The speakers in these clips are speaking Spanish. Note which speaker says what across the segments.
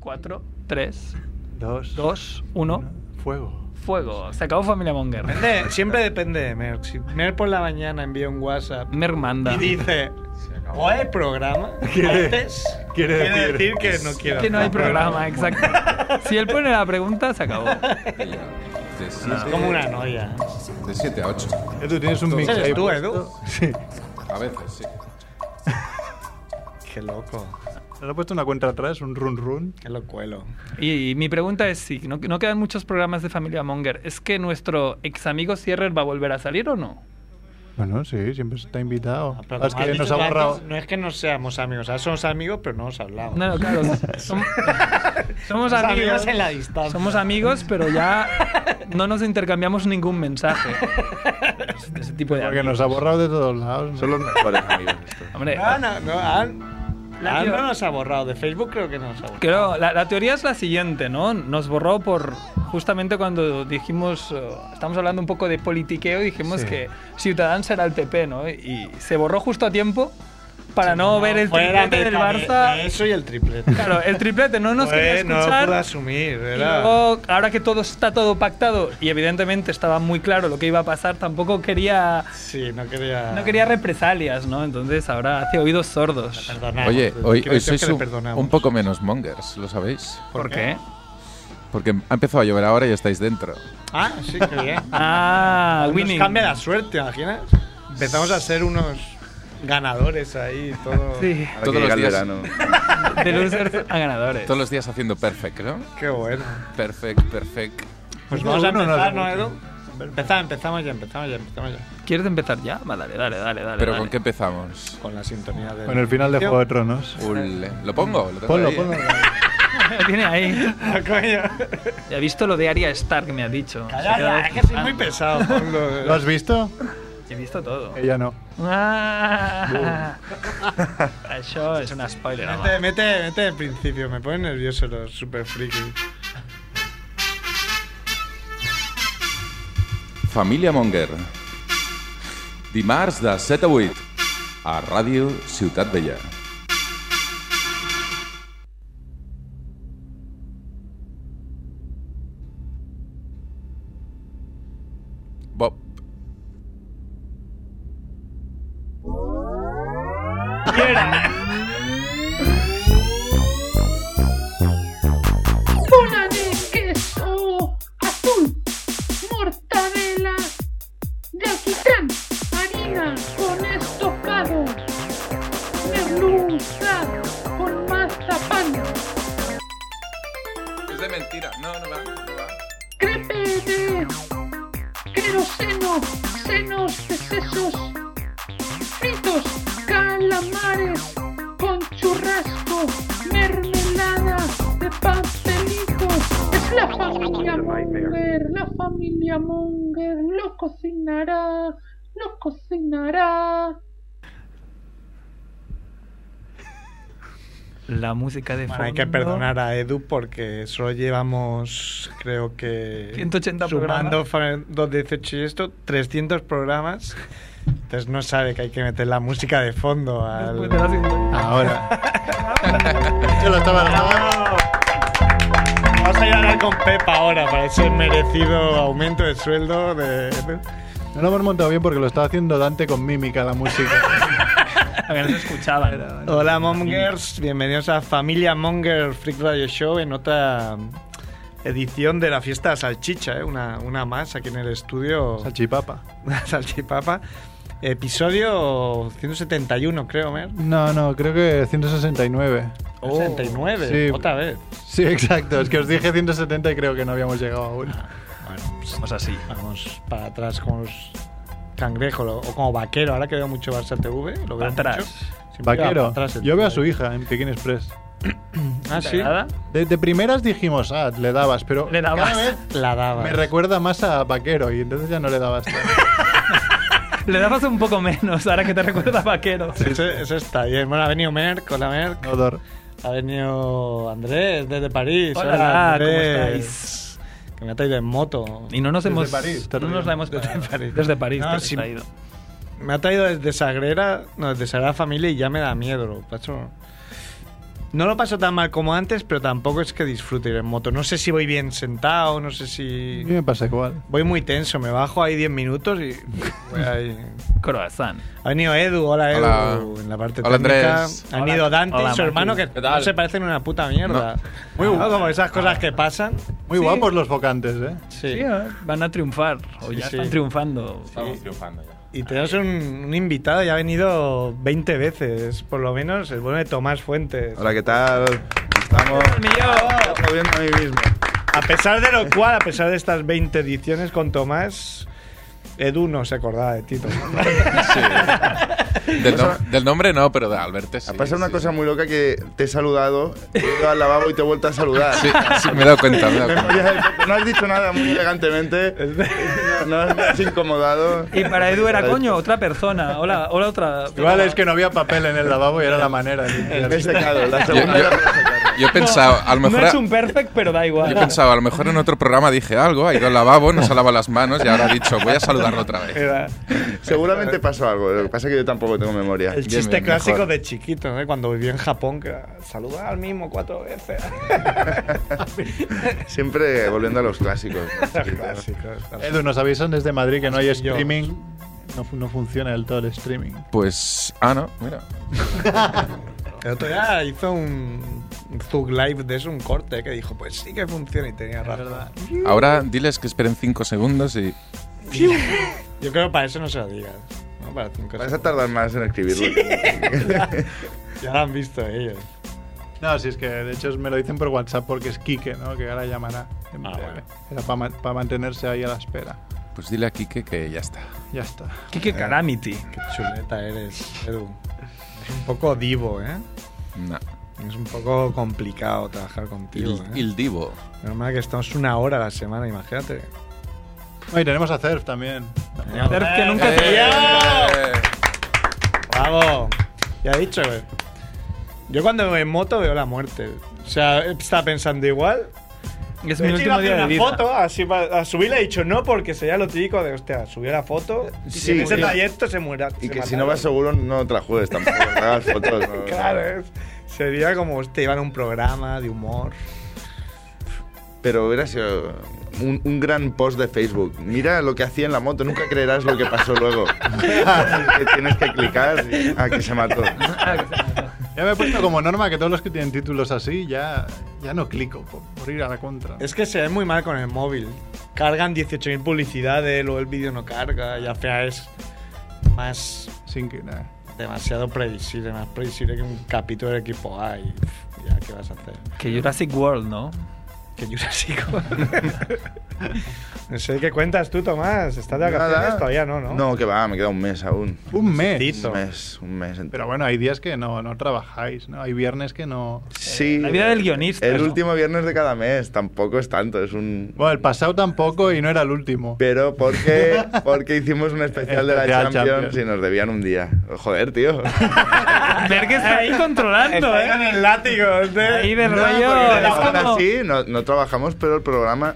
Speaker 1: 4, 3,
Speaker 2: Dos.
Speaker 1: 2, 1.
Speaker 2: Fuego.
Speaker 1: Fuego. Se acabó Familia Monger.
Speaker 2: Depende, siempre depende de Merck. Si Merck por la mañana envía un WhatsApp
Speaker 1: Merck
Speaker 3: Mm.
Speaker 1: manda.
Speaker 2: y dice,
Speaker 4: Se acabó.
Speaker 2: o hay programa
Speaker 3: Quiere-
Speaker 2: antes,
Speaker 3: quiere decir-
Speaker 2: decir que no quiero
Speaker 1: Que no hay
Speaker 2: hacer
Speaker 1: programa, exacto. Si él pone la pregunta, se acabó.
Speaker 4: De
Speaker 2: Es
Speaker 4: 7
Speaker 2: Ah. como una noia.
Speaker 4: De 7 a 8.
Speaker 3: Edu, tienes un mix
Speaker 2: ¿Eres
Speaker 3: ahí
Speaker 2: tú,
Speaker 3: puesto.
Speaker 2: Edu?
Speaker 3: Sí.
Speaker 4: A veces, sí.
Speaker 2: Qué loco.
Speaker 3: ¿Has puesto una cuenta atrás, un run run?
Speaker 2: Qué locuelo.
Speaker 1: Y, mi pregunta es si no, no quedan muchos programas de Familia Monger. ¿Es que nuestro ex amigo Sierrer va a volver a salir o no?
Speaker 3: Bueno, sí, siempre está invitado.
Speaker 2: Ah, pero
Speaker 3: es
Speaker 2: como
Speaker 3: que
Speaker 2: has
Speaker 3: nos
Speaker 2: dicho
Speaker 3: ha
Speaker 2: tú antes,
Speaker 3: borrado.
Speaker 2: No es que no seamos amigos, ahora somos amigos, pero no nos hablamos.
Speaker 1: No, no, claro. som- Somos
Speaker 2: Somos
Speaker 1: amigos.
Speaker 2: amigos en la distancia.
Speaker 1: Somos amigos, pero ya no nos intercambiamos ningún mensaje. Ese tipo de
Speaker 3: Porque
Speaker 1: amigos.
Speaker 3: nos ha borrado de todos lados. ¿no?
Speaker 4: Son los mejores amigos estos.
Speaker 1: Hombre,
Speaker 2: No, no, no. Ann-
Speaker 1: La
Speaker 2: Ann
Speaker 1: tío-
Speaker 2: no nos ha borrado. De Facebook creo que no nos ha borrado.
Speaker 1: Creo, la, la teoría es la siguiente, ¿no? Nos borró por justamente cuando dijimos, eh, estamos hablando un poco de politiqueo, dijimos
Speaker 3: Sí.
Speaker 1: que Ciudadanos era el PP, ¿no? Y se borró justo a tiempo para no, ver el
Speaker 2: Fuera
Speaker 1: triplete del
Speaker 2: América, de-
Speaker 1: Barça.
Speaker 2: de eso y el triplete.
Speaker 1: Claro, el triplete no nos
Speaker 2: Joder,
Speaker 1: quería
Speaker 2: no lo
Speaker 1: escuchar.
Speaker 2: pude asumir,
Speaker 1: y
Speaker 2: ¿verdad?
Speaker 1: luego, ahora que todo está todo pactado y evidentemente estaba muy claro lo que iba a pasar, tampoco quería
Speaker 2: Sí, no quería.
Speaker 1: no quería represalias, ¿no? Entonces ahora hace oídos sordos.
Speaker 2: Perdonamos.
Speaker 4: Oye, hoy,
Speaker 2: Creo
Speaker 4: hoy
Speaker 2: que
Speaker 4: sois
Speaker 2: le
Speaker 4: un,
Speaker 2: perdonamos.
Speaker 4: un poco menos mongers, ¿lo sabéis?
Speaker 1: ¿Por qué?
Speaker 4: Porque ha empezado a llover ahora y estáis dentro.
Speaker 2: Ah, sí, qué bien.
Speaker 1: Ah,
Speaker 2: Nos
Speaker 1: winning.
Speaker 2: cambia la suerte, ¿te imaginas? Empezamos a ser unos ganadores ahí, todo.
Speaker 1: Sí,
Speaker 4: Todos
Speaker 5: que
Speaker 4: los
Speaker 5: llega el
Speaker 4: días.
Speaker 5: verano.
Speaker 1: de losers a ganadores.
Speaker 4: Todos los días haciendo perfect, ¿no?
Speaker 2: Qué bueno.
Speaker 4: Perfect, perfect.
Speaker 2: Pues
Speaker 3: Uno,
Speaker 2: vamos a
Speaker 3: uno no
Speaker 2: empezar,
Speaker 3: hace
Speaker 2: ¿no,
Speaker 3: mucho.
Speaker 2: Edu? Empezamos, empezamos ya, empezamos ya, empezamos ya.
Speaker 1: ¿Quieres empezar ya? Va, dale, dale, dale, dale.
Speaker 4: Pero
Speaker 1: dale.
Speaker 4: ¿con qué empezamos?
Speaker 2: Con la sintonía de.
Speaker 3: Con el final de Juego de Tronos.
Speaker 4: Ule. ¿Lo pongo? ¿Lo tengo
Speaker 3: Ponlo,
Speaker 4: ahí?
Speaker 3: ponlo.
Speaker 1: Lo tiene ahí.
Speaker 2: Ah, Coño.
Speaker 1: Ya he visto lo de Arya Stark, me ha dicho. Se
Speaker 2: Calla,
Speaker 1: queda
Speaker 2: ya, es que soy
Speaker 1: flipando.
Speaker 2: muy pesado, Pablo.
Speaker 3: ¿Lo has visto?
Speaker 1: He visto todo.
Speaker 3: Ella no.
Speaker 1: Ah, eso es una spoiler. ama.
Speaker 2: Mete, mete, mete de principio, me ponen nervioso los super friki.
Speaker 4: Família Monger. Dimarts de 7 a 8 a Ràdio Ciutat Vella. Bob.
Speaker 6: Bola de queso azul, mortadela de alquitrán, harina con estocados, merluza con mazapán,
Speaker 4: És de mentira. No, no va. No va.
Speaker 6: crepe de queroseno, senos de sesos, fritos, calamares con churrasco, mermelada de pastelito. Es la familia Munger, la familia Munger, lo cocinará, lo cocinará.
Speaker 1: La música de
Speaker 2: Bueno, hay que
Speaker 1: fondo.
Speaker 2: perdonar a Edu porque solo llevamos, creo que.
Speaker 1: 180
Speaker 2: sumando fa- 218 y esto, 300 programas. Entonces no sabe que hay que meter la música de fondo
Speaker 1: Después de la
Speaker 2: al.
Speaker 1: siguiente.
Speaker 3: Ahora. Yo lo estaba grabando.
Speaker 2: Vamos a ir a hablar con Pepa ahora para ese merecido aumento de sueldo de Edu.
Speaker 3: No lo hemos montado bien porque lo estaba haciendo Dante con mímica la música.
Speaker 1: A ver, no se escuchaba. Era-
Speaker 2: Hola Mongers, bienvenidos a Familia Monger Freak Radio Show en otra edición de la fiesta de salchicha, ¿eh? una, una más aquí en el estudio.
Speaker 3: Salchipapa.
Speaker 2: Una salchipapa. Episodio 171, creo, Mer.
Speaker 3: No, no, creo que 169.
Speaker 2: 169,
Speaker 3: Oh, sí.
Speaker 2: otra vez.
Speaker 3: Sí, exacto. Es que os dije 170 y creo que no habíamos llegado aún.
Speaker 2: Bueno, pues
Speaker 1: Vamos así.
Speaker 2: vamos para atrás con los cangrejos lo- o como vaquero. Ahora que veo mucho Barça TV, lo veo
Speaker 1: Para atrás.
Speaker 2: mucho. Siempre va para
Speaker 3: Vaquero.
Speaker 2: atrás el
Speaker 3: Yo veo a
Speaker 2: tío.
Speaker 3: su hija en Pekín Express.
Speaker 2: Ah, sí.
Speaker 1: ¿Nada?
Speaker 3: De, de primeras dijimos, ah, le dabas, pero
Speaker 1: Le dabas.
Speaker 3: cada vez
Speaker 2: La daba.
Speaker 3: me recuerda más a Vaquero y entonces ya no le dabas. tanto.
Speaker 1: Le dabas un poco menos ahora que te recuerda a Vaquero.
Speaker 2: Ese, ese está bien. Bueno, ha venido Merck, hola Merck.
Speaker 3: No, Dor.
Speaker 2: Ha venido Andrés desde París.
Speaker 1: Hola, ¿cómo
Speaker 2: estáis? Que me ha traído en moto.
Speaker 1: Y no nos
Speaker 3: Desde
Speaker 1: hemos.
Speaker 3: París, te
Speaker 1: no nos la hemos
Speaker 2: Desde París.
Speaker 1: Desde París
Speaker 2: No,
Speaker 1: te has
Speaker 2: sí.
Speaker 1: traído.
Speaker 2: Me ha traído desde Sagrera, no, desde Sagrera Familia y ya me da miedo, lo pacho. No lo paso tan mal como antes, pero tampoco es que disfrute ir en moto. No sé si voy bien sentado, no sé
Speaker 3: A
Speaker 2: si...
Speaker 3: mí me pasa igual.
Speaker 2: Voy muy tenso, me bajo ahí 10 minutos y voy ahí.
Speaker 1: Croissant.
Speaker 2: Ha venido Edu, hola Edu,
Speaker 5: Hola.
Speaker 2: en la parte
Speaker 5: Hola,
Speaker 2: técnica.
Speaker 5: Andrés.
Speaker 2: Ha
Speaker 1: Hola.
Speaker 2: venido Dante
Speaker 1: Hola,
Speaker 2: y su
Speaker 1: Martín.
Speaker 2: hermano, que
Speaker 5: ¿Qué
Speaker 2: no
Speaker 5: tal?
Speaker 2: se parecen una puta mierda.
Speaker 5: Muy
Speaker 2: ¿No?
Speaker 5: guapo.
Speaker 2: Como esas
Speaker 5: Ah.
Speaker 2: cosas que pasan.
Speaker 3: Muy
Speaker 2: Sí.
Speaker 3: guapos los vocantes, ¿eh?
Speaker 1: Sí,
Speaker 2: Sí.
Speaker 1: ¿eh? van a triunfar. O ya
Speaker 2: Sí, sí.
Speaker 1: están triunfando.
Speaker 5: Estamos triunfando ya.
Speaker 2: Y tenemos un, un invitado, ya ha venido 20 veces, por lo menos, el bueno de Tomás Fuentes.
Speaker 7: Hola, ¿qué tal? Estamos aplaudiendo a mí mismo.
Speaker 2: A pesar de lo cual, a pesar de estas 20 ediciones con Tomás, Edu no se acordaba de ti. Tomás.
Speaker 5: Del, nom- del nombre no, pero de Alberto sí.
Speaker 7: ha pasado una
Speaker 5: sí.
Speaker 7: cosa muy loca que te he saludado, he ido al lavabo y te he vuelto a saludar.
Speaker 5: Sí, sí, me he dado cuenta. Me he dado
Speaker 7: Me
Speaker 5: cuenta.
Speaker 7: morías del coco. No has dicho nada muy elegantemente, no, no has incomodado.
Speaker 1: Y para Edu era coño, otra persona. Hola, hola otra.
Speaker 3: Igual es que no había papel en el lavabo y era la manera. de
Speaker 7: Me he
Speaker 3: limpiarse.
Speaker 7: secado, la
Speaker 5: Yo,
Speaker 7: segunda
Speaker 5: yo-
Speaker 7: era para secarme.
Speaker 5: yo he pensado, a lo
Speaker 1: No
Speaker 5: mejor.
Speaker 1: es un perfect, pero da igual.
Speaker 5: Yo pensaba, a lo mejor en otro programa dije algo, ha ido al lavabo, no se ha lavado las manos y ahora ha dicho, voy a saludarlo otra vez.
Speaker 2: Era
Speaker 7: Seguramente pasó algo, lo que pasa es que yo tampoco tengo memoria.
Speaker 2: el
Speaker 5: Bien,
Speaker 2: chiste
Speaker 5: bien,
Speaker 2: clásico
Speaker 5: mejor.
Speaker 2: de chiquito, ¿no? cuando vivía en Japón, que era, saluda al mismo cuatro veces.
Speaker 7: Siempre volviendo a los clásicos.
Speaker 2: Clásicos.
Speaker 3: Edu, nos avisan desde Madrid que no hay
Speaker 2: Sí, yo.
Speaker 3: streaming. No, fu- no funciona del todo el streaming.
Speaker 5: Pues, ah, no, mira.
Speaker 2: El otro día hizo un un Zug Live de eso, un corte, que dijo, pues sí que funciona y tenía razón.
Speaker 5: Ahora diles que esperen 5 segundos y.
Speaker 2: Yo creo que para eso no se lo digas. ¿no? Para cinco
Speaker 7: Vas a
Speaker 2: segundos.
Speaker 7: tardar más en escribirlo.
Speaker 2: Ya lo han visto ellos.
Speaker 3: No, si es que de hecho me lo dicen por WhatsApp porque es Quique, ¿no? Que ahora llamará. en
Speaker 2: Ah,
Speaker 3: breve.
Speaker 2: bueno.
Speaker 3: Era para mantenerse ahí a la espera.
Speaker 5: Pues dile a Quique que ya está.
Speaker 3: Ya está.
Speaker 1: Ah, Kike Calamity.
Speaker 2: Qué chuleta eres, Edu. Un poco divo, ¿eh?
Speaker 5: Nah.
Speaker 2: Es un poco complicado trabajar contigo,
Speaker 5: Il,
Speaker 2: ¿eh?
Speaker 5: il Divo.
Speaker 2: Normal que estamos una hora a la semana, imagínate.
Speaker 3: No, y tenemos a Cerf también.
Speaker 1: Cerf que nunca
Speaker 2: Eh,
Speaker 1: se-
Speaker 5: Eh,
Speaker 2: ¡Bravo! Ya he dicho, güey. Yo cuando voy en moto veo la muerte. O sea, estaba pensando igual.
Speaker 1: Es
Speaker 2: De
Speaker 1: mi
Speaker 2: hecho, iba a
Speaker 1: último
Speaker 2: hacer
Speaker 1: día de
Speaker 2: una
Speaker 1: vida.
Speaker 2: foto, así para, a subirla he dicho no, porque sería lo típico de, hostia, subí la foto y
Speaker 7: Sí,
Speaker 2: en ese
Speaker 7: sí.
Speaker 2: trayecto se muera.
Speaker 7: Y
Speaker 2: se
Speaker 7: que si
Speaker 2: mataron.
Speaker 7: no vas seguro, no te la juegues tampoco. no hagas fotos, no-
Speaker 2: Claro, es- sería como, hostia, iban a un programa de humor.
Speaker 7: Pero hubiera sido un, un gran post de Facebook. Mira lo que hacía en la moto, nunca creerás lo que pasó luego. Que tienes que clicar y- ah, que se mató.
Speaker 1: Ah,
Speaker 3: Ya me he puesto como norma que todos los que tienen títulos así ya, ya no clico por, por ir a la contra.
Speaker 2: Es que se ve muy mal con el móvil. Cargan 18.000 publicidades, luego el vídeo no carga, y al final es más
Speaker 3: Sin que nada.
Speaker 2: demasiado previsible, más previsible que un capítulo del equipo A y pff, ya, ¿qué vas a hacer?
Speaker 1: Que Jurassic World, ¿no?
Speaker 2: Que Jurassic World. No sé qué cuentas tú, Tomás. ¿Estás de vacaciones?
Speaker 7: Nada.
Speaker 2: Todavía no, ¿no?
Speaker 7: No, que va, me queda un mes aún.
Speaker 3: Un mes.
Speaker 2: Tito.
Speaker 7: Un mes, un mes. entero.
Speaker 3: Pero bueno, hay días que no, no trabajáis, ¿no? Hay viernes que no.
Speaker 7: sí.
Speaker 1: eh, la vida del guionista,
Speaker 7: El
Speaker 1: eso.
Speaker 7: último viernes de cada mes tampoco es tanto, es un.
Speaker 3: Bueno, el pasado tampoco y no era el último.
Speaker 7: Pero porque, porque hicimos un especial de la
Speaker 3: Especial
Speaker 7: Champions,
Speaker 3: Champions.
Speaker 7: y nos debían un día. Joder, tío.
Speaker 1: Berg Ah, está ahí controlando,
Speaker 2: Está
Speaker 1: ¿eh?
Speaker 2: con el látigo.
Speaker 1: Ahí
Speaker 2: ¿eh?
Speaker 1: de rollo.
Speaker 7: Porque
Speaker 1: es
Speaker 7: aún
Speaker 1: como-
Speaker 7: así, no, no trabajamos, pero el programa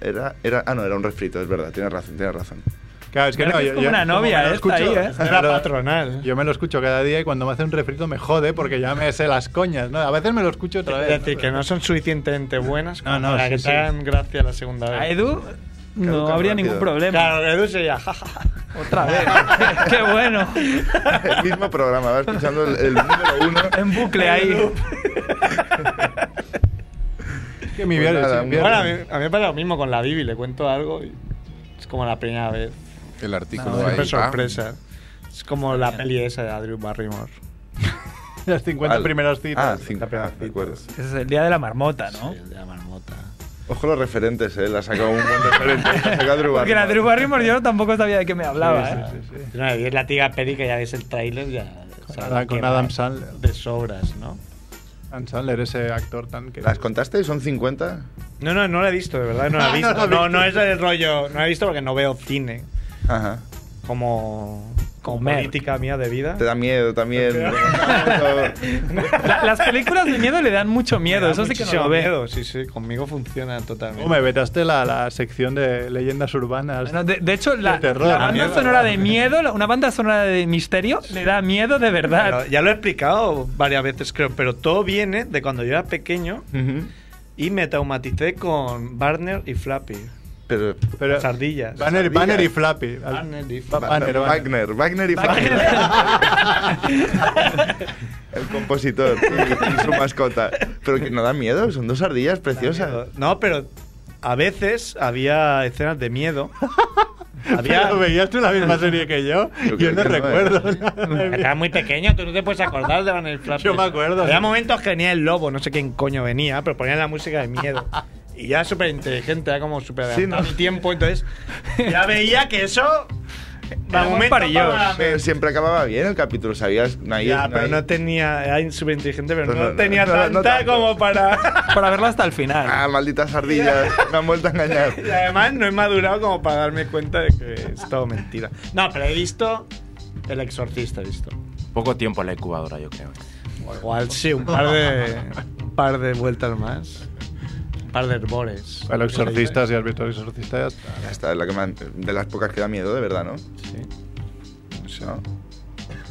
Speaker 7: era, era. Ah, no, era un refrito, es verdad, tienes razón, tienes razón.
Speaker 3: Claro, es que
Speaker 1: Claro
Speaker 3: no,
Speaker 1: que es
Speaker 3: yo,
Speaker 1: como
Speaker 3: yo-
Speaker 1: una
Speaker 3: como
Speaker 1: novia,
Speaker 3: me
Speaker 1: ¿eh?
Speaker 3: lo
Speaker 1: Está ahí, ¿eh?
Speaker 3: escucho-
Speaker 2: Era patronal.
Speaker 3: Yo me lo escucho cada día y cuando me hace un refrito me jode porque ya me sé las coñas, ¿no? A veces me lo escucho otra vez.
Speaker 2: Es decir, que no son suficientemente buenas como
Speaker 3: No, no,
Speaker 2: para
Speaker 3: sí,
Speaker 2: que
Speaker 3: sí.
Speaker 2: te hagan gracia la segunda vez.
Speaker 1: A Edu no
Speaker 7: Caduca
Speaker 1: habría
Speaker 7: rápido.
Speaker 1: ningún problema.
Speaker 2: Claro, Edu sería jajaja.
Speaker 1: Otra vez. Qué bueno.
Speaker 7: El mismo programa, vas escuchando el, el número uno.
Speaker 1: En bucle ahí.
Speaker 3: Es que mi
Speaker 7: Pues
Speaker 3: viernes,
Speaker 7: nada,
Speaker 3: mi
Speaker 7: un-
Speaker 3: viernes-
Speaker 2: Bueno, a mí, a mí me pasa lo mismo con la Bibi, le cuento algo y es como la primera vez.
Speaker 5: El
Speaker 3: Ah,
Speaker 5: artículo ahí.
Speaker 2: Siempre
Speaker 5: va.
Speaker 2: sorpresa. Es como la peli esa de Andrew Barrymore.
Speaker 3: las 50
Speaker 7: Al-
Speaker 3: primeras
Speaker 7: Ah,
Speaker 3: citas.
Speaker 7: 50 de acuerdo.
Speaker 1: Ese es el día de la marmota, ¿no?
Speaker 2: Sí, el de la marmota.
Speaker 7: Ojo los referentes, eh. La ha sacado un buen referente. La ha sacado Drew
Speaker 1: Porque la Drew
Speaker 7: Barrymore.
Speaker 1: Barrymore yo tampoco sabía de qué me hablaba, ¿eh?
Speaker 3: Sí, sí, sí.
Speaker 2: Y Una vez Ah. la tía peli que ya ves el tráiler ya...
Speaker 3: Con
Speaker 2: sabes
Speaker 3: Adam-
Speaker 2: que
Speaker 3: con
Speaker 2: va
Speaker 3: Adam Sandler.
Speaker 2: De sobras, ¿no?
Speaker 3: Adam Sandler, ese actor tan que...
Speaker 7: ¿Las contaste? ¿Son 50?
Speaker 2: No, no, no la he visto, de verdad, no la he visto. no, no es el rollo, no la he visto porque no veo cine.
Speaker 7: Ajá.
Speaker 2: Como Comer. política mía de vida.
Speaker 7: Te da miedo también.
Speaker 1: La- las películas de miedo le dan mucho miedo, eso sí que no
Speaker 2: Muchísimo
Speaker 1: lo veo.
Speaker 2: miedo, sí, sí, conmigo funciona totalmente.
Speaker 3: Hombre, vetaste la, la sección de leyendas urbanas.
Speaker 1: Bueno, de, de hecho, la,
Speaker 3: De terror,
Speaker 1: la banda
Speaker 3: miedo.
Speaker 1: sonora de miedo, la- una banda sonora de misterio, le da miedo de verdad.
Speaker 2: Pero ya lo he explicado varias veces, creo, pero todo viene de cuando yo era pequeño
Speaker 7: Ujú.
Speaker 2: y me traumaticé con Barner y Flappy.
Speaker 7: Pero.
Speaker 3: Pero-
Speaker 2: las ardillas.
Speaker 3: Banner,
Speaker 7: Ardillas.
Speaker 3: Banner y Flappy.
Speaker 2: Banner y
Speaker 3: Va-
Speaker 2: Flappy.
Speaker 3: Banner, Banner.
Speaker 7: Wagner, Wagner y Wagner. El compositor y, y su mascota. Pero que no da miedo, son dos ardillas preciosas.
Speaker 2: No, pero a veces había escenas de miedo. había.
Speaker 3: Pero veías tú la misma serie que yo.
Speaker 7: Yo
Speaker 3: Yo,
Speaker 7: creo
Speaker 3: no
Speaker 7: que no,
Speaker 3: recuerdo.
Speaker 7: ¿eh?
Speaker 2: Estabas muy pequeño, tú no te puedes acordar de Banner y Flappy.
Speaker 3: Yo me acuerdo,
Speaker 2: Había
Speaker 3: sí.
Speaker 2: momentos que venía el lobo, no sé quién coño venía, pero ponían la música de miedo. Y ya súper inteligente, ya como súper
Speaker 7: Sí,
Speaker 2: adelantado
Speaker 7: ¿no?
Speaker 2: mi tiempo, entonces ya veía que eso.
Speaker 1: Era
Speaker 2: momento
Speaker 1: buen parillo.
Speaker 2: para-
Speaker 7: Pero siempre acababa bien el capítulo, ¿sabías? No hay-
Speaker 2: Ya,
Speaker 7: no
Speaker 2: pero
Speaker 7: hay-
Speaker 2: no tenía. Era súper inteligente, pero
Speaker 7: No,
Speaker 2: no,
Speaker 7: no, no,
Speaker 2: tenía
Speaker 7: no, no, no
Speaker 2: tanta
Speaker 7: tanto.
Speaker 2: como para.
Speaker 1: Para verla hasta el final.
Speaker 7: Ah, malditas ardillas, me han vuelto a engañar.
Speaker 2: Y además no he madurado como para darme cuenta de que es todo mentira. No, pero he visto El Exorcista, he visto.
Speaker 8: Poco tiempo en la incubadora, yo creo.
Speaker 2: O igual sí, un par de, un par de vueltas más. Un par de herbores.
Speaker 3: A los exorcistas, si has visto los exorcistas,
Speaker 7: Ya está, es la que me han- de las pocas que da miedo, de verdad, ¿no?
Speaker 2: Sí,
Speaker 7: No sé, ¿no?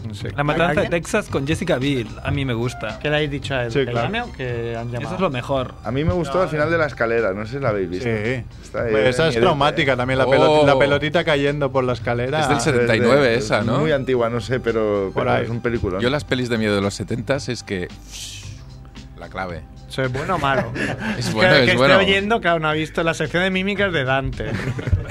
Speaker 2: no sé.
Speaker 1: La matanza de
Speaker 2: ¿Alguien?
Speaker 1: Texas con Jessica Biel, a mí me gusta.
Speaker 2: ¿Qué le habéis dicho a él?
Speaker 3: Sí,
Speaker 2: ¿Que
Speaker 3: claro.
Speaker 2: llame o que han llamado?
Speaker 1: Eso es lo mejor.
Speaker 7: A mí me gustó al final de la escalera, no sé si la habéis visto.
Speaker 3: eh. Sí.
Speaker 7: Está ahí,
Speaker 3: Pero esa es
Speaker 7: miedita,
Speaker 3: traumática
Speaker 7: ¿eh?
Speaker 3: también, la,
Speaker 5: Oh.
Speaker 3: pelot- la pelotita cayendo por la escalera.
Speaker 5: Es del
Speaker 7: Pero es de-
Speaker 5: 79 esa, ¿no?
Speaker 7: Muy antigua, no sé, pero,
Speaker 3: Por
Speaker 7: pero
Speaker 3: ahí.
Speaker 7: es un película.
Speaker 5: Ah, Yo las pelis de miedo de los 70 es que... La clave.
Speaker 2: ¿Soy bueno o malo?
Speaker 5: Es bueno,
Speaker 2: que
Speaker 5: es
Speaker 2: que
Speaker 5: bueno.
Speaker 2: estoy oyendo, claro, no ha visto la sección de mímicas de Dante.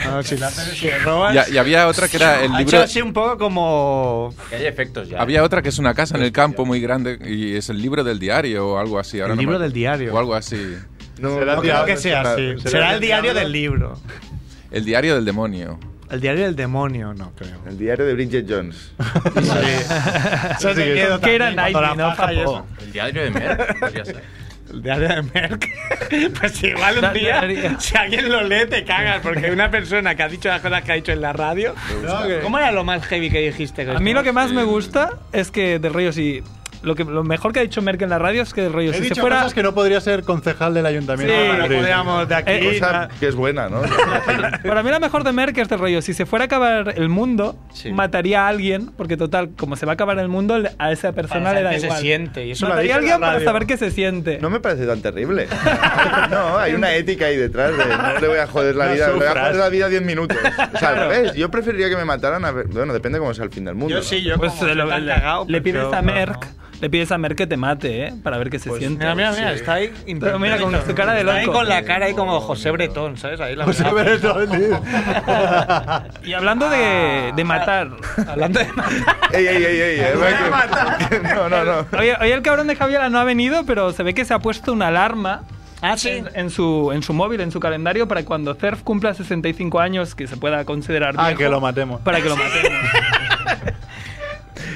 Speaker 2: No, si la haces, si robas...
Speaker 5: Y, y había otra que era el
Speaker 2: Ha
Speaker 5: libro...
Speaker 2: hecho así un poco como...
Speaker 8: Que hay efectos ya.
Speaker 5: Había otra que es una casa en el campo muy grande y es el libro del diario o algo así. ahora
Speaker 2: El
Speaker 5: no
Speaker 2: libro
Speaker 5: me-
Speaker 2: del diario.
Speaker 5: O algo así.
Speaker 7: No, no
Speaker 3: Será el
Speaker 2: Creo
Speaker 3: diablo,
Speaker 2: que sea así.
Speaker 7: será-
Speaker 2: Será el diario del libro.
Speaker 5: El diario del demonio.
Speaker 2: El diario del demonio, no creo.
Speaker 7: El diario de Bridget Jones.
Speaker 2: Eso
Speaker 3: sí,
Speaker 2: de
Speaker 3: eso.
Speaker 2: miedo
Speaker 1: Que era
Speaker 2: también, cuando
Speaker 1: Nightly,
Speaker 2: la
Speaker 1: ¿no,
Speaker 2: faja y
Speaker 1: Japo?
Speaker 2: eso.
Speaker 9: ¿eh?
Speaker 8: El diario de Mer,
Speaker 9: pues
Speaker 8: podría ser.
Speaker 2: El diario de Merck. pues igual
Speaker 1: Da-
Speaker 2: un día,
Speaker 1: daría.
Speaker 2: si alguien lo lee, te cagas. Porque hay una persona que ha dicho las cosas que ha dicho en la radio...
Speaker 3: No, que-
Speaker 2: ¿Cómo era lo más heavy que dijiste?
Speaker 1: A mí lo que más me gusta es que Del Río sí. Lo, que, lo mejor que ha dicho Merck en la radio es que Del Río,
Speaker 3: He
Speaker 1: si se
Speaker 3: dicho
Speaker 1: fuera.
Speaker 3: cosas que no podría ser concejal del ayuntamiento. de
Speaker 2: Sí, no
Speaker 3: Madrid.
Speaker 2: podíamos de aquí...
Speaker 1: Eh,
Speaker 7: Cosa
Speaker 2: na-
Speaker 7: que es buena, ¿no?
Speaker 1: Para mí la mejor de Merck es Del Río. Si se fuera a acabar el mundo,
Speaker 2: Sí.
Speaker 1: mataría a alguien, porque total, como se va a acabar el mundo, le- a esa persona
Speaker 2: Para
Speaker 1: le da
Speaker 2: saber qué se
Speaker 1: igual.
Speaker 2: siente, y eso lo ha
Speaker 1: mataría
Speaker 2: dicho
Speaker 1: a alguien
Speaker 2: en la
Speaker 1: para
Speaker 2: radio.
Speaker 1: saber qué se siente.
Speaker 7: No me parece tan terrible. No, hay una ética ahí detrás de no le voy a joder la
Speaker 3: No
Speaker 7: vida, le voy a
Speaker 3: sufras.
Speaker 7: joder la vida 10 minutos. O sea, al revés, yo preferiría que me mataran a ver, bueno, depende cómo sea el fin del mundo.
Speaker 2: Yo
Speaker 7: ¿no?
Speaker 2: sí, yo
Speaker 1: Pues
Speaker 2: como
Speaker 1: se lo-
Speaker 2: soy tan
Speaker 1: le,
Speaker 2: cagao,
Speaker 1: le
Speaker 2: pues
Speaker 1: pides
Speaker 2: yo-
Speaker 1: a Merck, le pides a Merck que te mate, ¿eh? Para ver qué se siente.
Speaker 2: Pues Mira, mira, mira, está ahí
Speaker 1: Pero mira, con su cara de
Speaker 2: Está ahí
Speaker 1: loco.
Speaker 2: con la cara ahí como José Bretón, ¿sabes? Ahí la
Speaker 3: José
Speaker 2: verdad.
Speaker 3: Bretón, tío.
Speaker 1: Y hablando de, de matar.
Speaker 2: Ah, Hablando de
Speaker 7: Ey, ey, ey, ey, eh, que- No, no, no.
Speaker 1: Oye, oye, el cabrón de Javier no ha venido, pero se ve que se ha puesto una alarma.
Speaker 2: Ah, sí.
Speaker 1: En, en su, en su móvil, en su calendario, para cuando Cerf cumpla 65 años, que se pueda considerar
Speaker 3: Ah,
Speaker 1: viejo,
Speaker 3: que lo matemos.
Speaker 1: Para que lo
Speaker 2: Ah,
Speaker 1: matemos.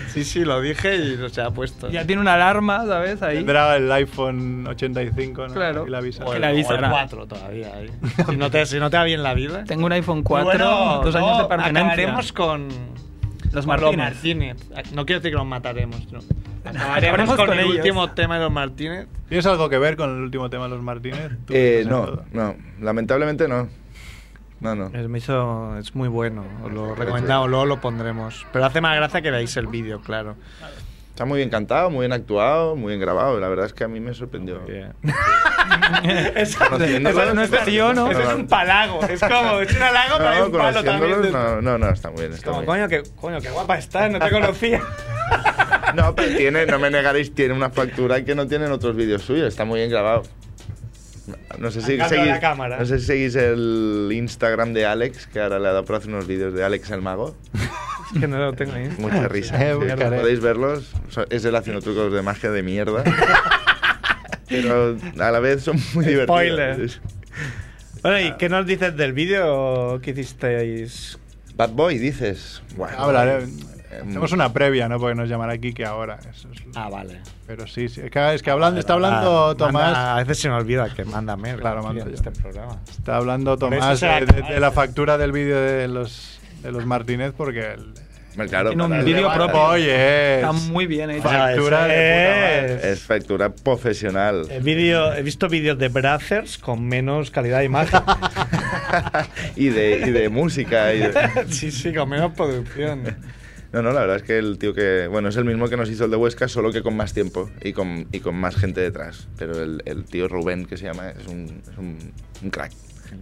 Speaker 2: Sí, sí, lo dije y lo se ha puesto.
Speaker 1: Ya tiene una alarma, ¿sabes? Ahí.
Speaker 3: Tendrá el iPhone 85, ¿no?
Speaker 1: Claro.
Speaker 3: Y la avisa.
Speaker 1: O el- que la avisará.
Speaker 2: 4 todavía. ahí. Si no, te, si no te va bien la vida.
Speaker 1: Tengo un iPhone 4,
Speaker 2: Bueno,
Speaker 1: dos años
Speaker 2: no,
Speaker 1: de permanencia.
Speaker 2: Acabaremos con
Speaker 1: Los
Speaker 2: con
Speaker 1: Martínez.
Speaker 2: Martínez. No quiero decir que los mataremos, no.
Speaker 1: Acabaremos
Speaker 2: Acabaremos con,
Speaker 1: con
Speaker 2: el
Speaker 1: ellos.
Speaker 2: último tema de los Martínez.
Speaker 3: ¿Tienes algo que ver con el último tema de los Martínez? Tú
Speaker 7: Eh,
Speaker 3: estás en
Speaker 7: no,
Speaker 3: todo.
Speaker 7: no, lamentablemente no. No, no.
Speaker 2: Me hizo, es muy bueno, os lo recomendamos, luego lo pondremos. Pero hace más gracia que veáis el vídeo, claro.
Speaker 7: Está muy bien cantado, muy bien actuado, muy bien grabado. La verdad es que a mí me sorprendió.
Speaker 2: Eso,
Speaker 7: Conociéndolos,
Speaker 1: eso no estaría yo, ¿no?
Speaker 2: Eso es un palago. Es como, es un halago, pero hay
Speaker 7: No,
Speaker 2: un palo también.
Speaker 7: conociéndolos,
Speaker 2: dentro.
Speaker 7: no, no, no, está muy bien. Está
Speaker 2: Como,
Speaker 7: muy bien.
Speaker 2: coño, qué, coño, qué guapa estás, no te conocía.
Speaker 7: No, pero tiene, no me negaréis, tiene una factura que no tienen otros vídeos suyos. Está muy bien grabado. No sé si
Speaker 2: Ha cambiado
Speaker 7: seguís,
Speaker 2: la cámara.
Speaker 7: no sé si seguís el Instagram de Alex, que ahora le ha dado por hacer unos vídeos de Alex el Mago.
Speaker 2: es que no lo tengo ahí.
Speaker 7: Mucha risa.
Speaker 3: Eh,
Speaker 7: sí.
Speaker 3: buscaré.
Speaker 7: Podéis verlos. So- Es él haciendo trucos de magia de mierda. Pero a la vez son muy divertidos.
Speaker 2: Spoiler. Bueno, ¿y qué nos dices del vídeo que hicisteis?
Speaker 7: Bad Boy, dices. Bueno,
Speaker 3: Hablaré.
Speaker 7: eh,
Speaker 3: Hacemos una previa, ¿no? Porque nos llamará Kike ahora. Eso es-
Speaker 2: Ah, vale.
Speaker 3: Pero sí, sí. Es que, es que hablando, está hablando
Speaker 2: Ah,
Speaker 3: Tomás.
Speaker 2: manda- a veces se me olvida que manda mail.
Speaker 3: Claro,
Speaker 2: tío,
Speaker 3: mando
Speaker 2: en
Speaker 3: yo.
Speaker 2: este programa.
Speaker 3: Está hablando
Speaker 2: eso
Speaker 3: Tomás
Speaker 2: será
Speaker 3: de, de-
Speaker 2: capaz.
Speaker 3: de la factura del vídeo de los, de los Martínez porque el,
Speaker 7: Hombre, Claro,
Speaker 1: Tiene un
Speaker 7: para-
Speaker 1: vídeo
Speaker 7: para-
Speaker 1: propio.
Speaker 3: Oye, eh,
Speaker 1: Está
Speaker 3: es-
Speaker 1: muy bien ¿eh? hecho.
Speaker 3: Vale. Factura de puta
Speaker 2: es-
Speaker 7: Es factura profesional.
Speaker 2: He, vídeo- he visto vídeos de Brazzers con menos calidad de imagen.
Speaker 7: y, de, y de música. y de-
Speaker 2: sí, sí, con menos producción.
Speaker 7: No, no, la verdad es que el tío que. Bueno, es el mismo que nos hizo el de Huesca, solo que con más tiempo y con, y con más gente detrás. Pero el, el tío Rubén, que se llama, es un, es un, un crack.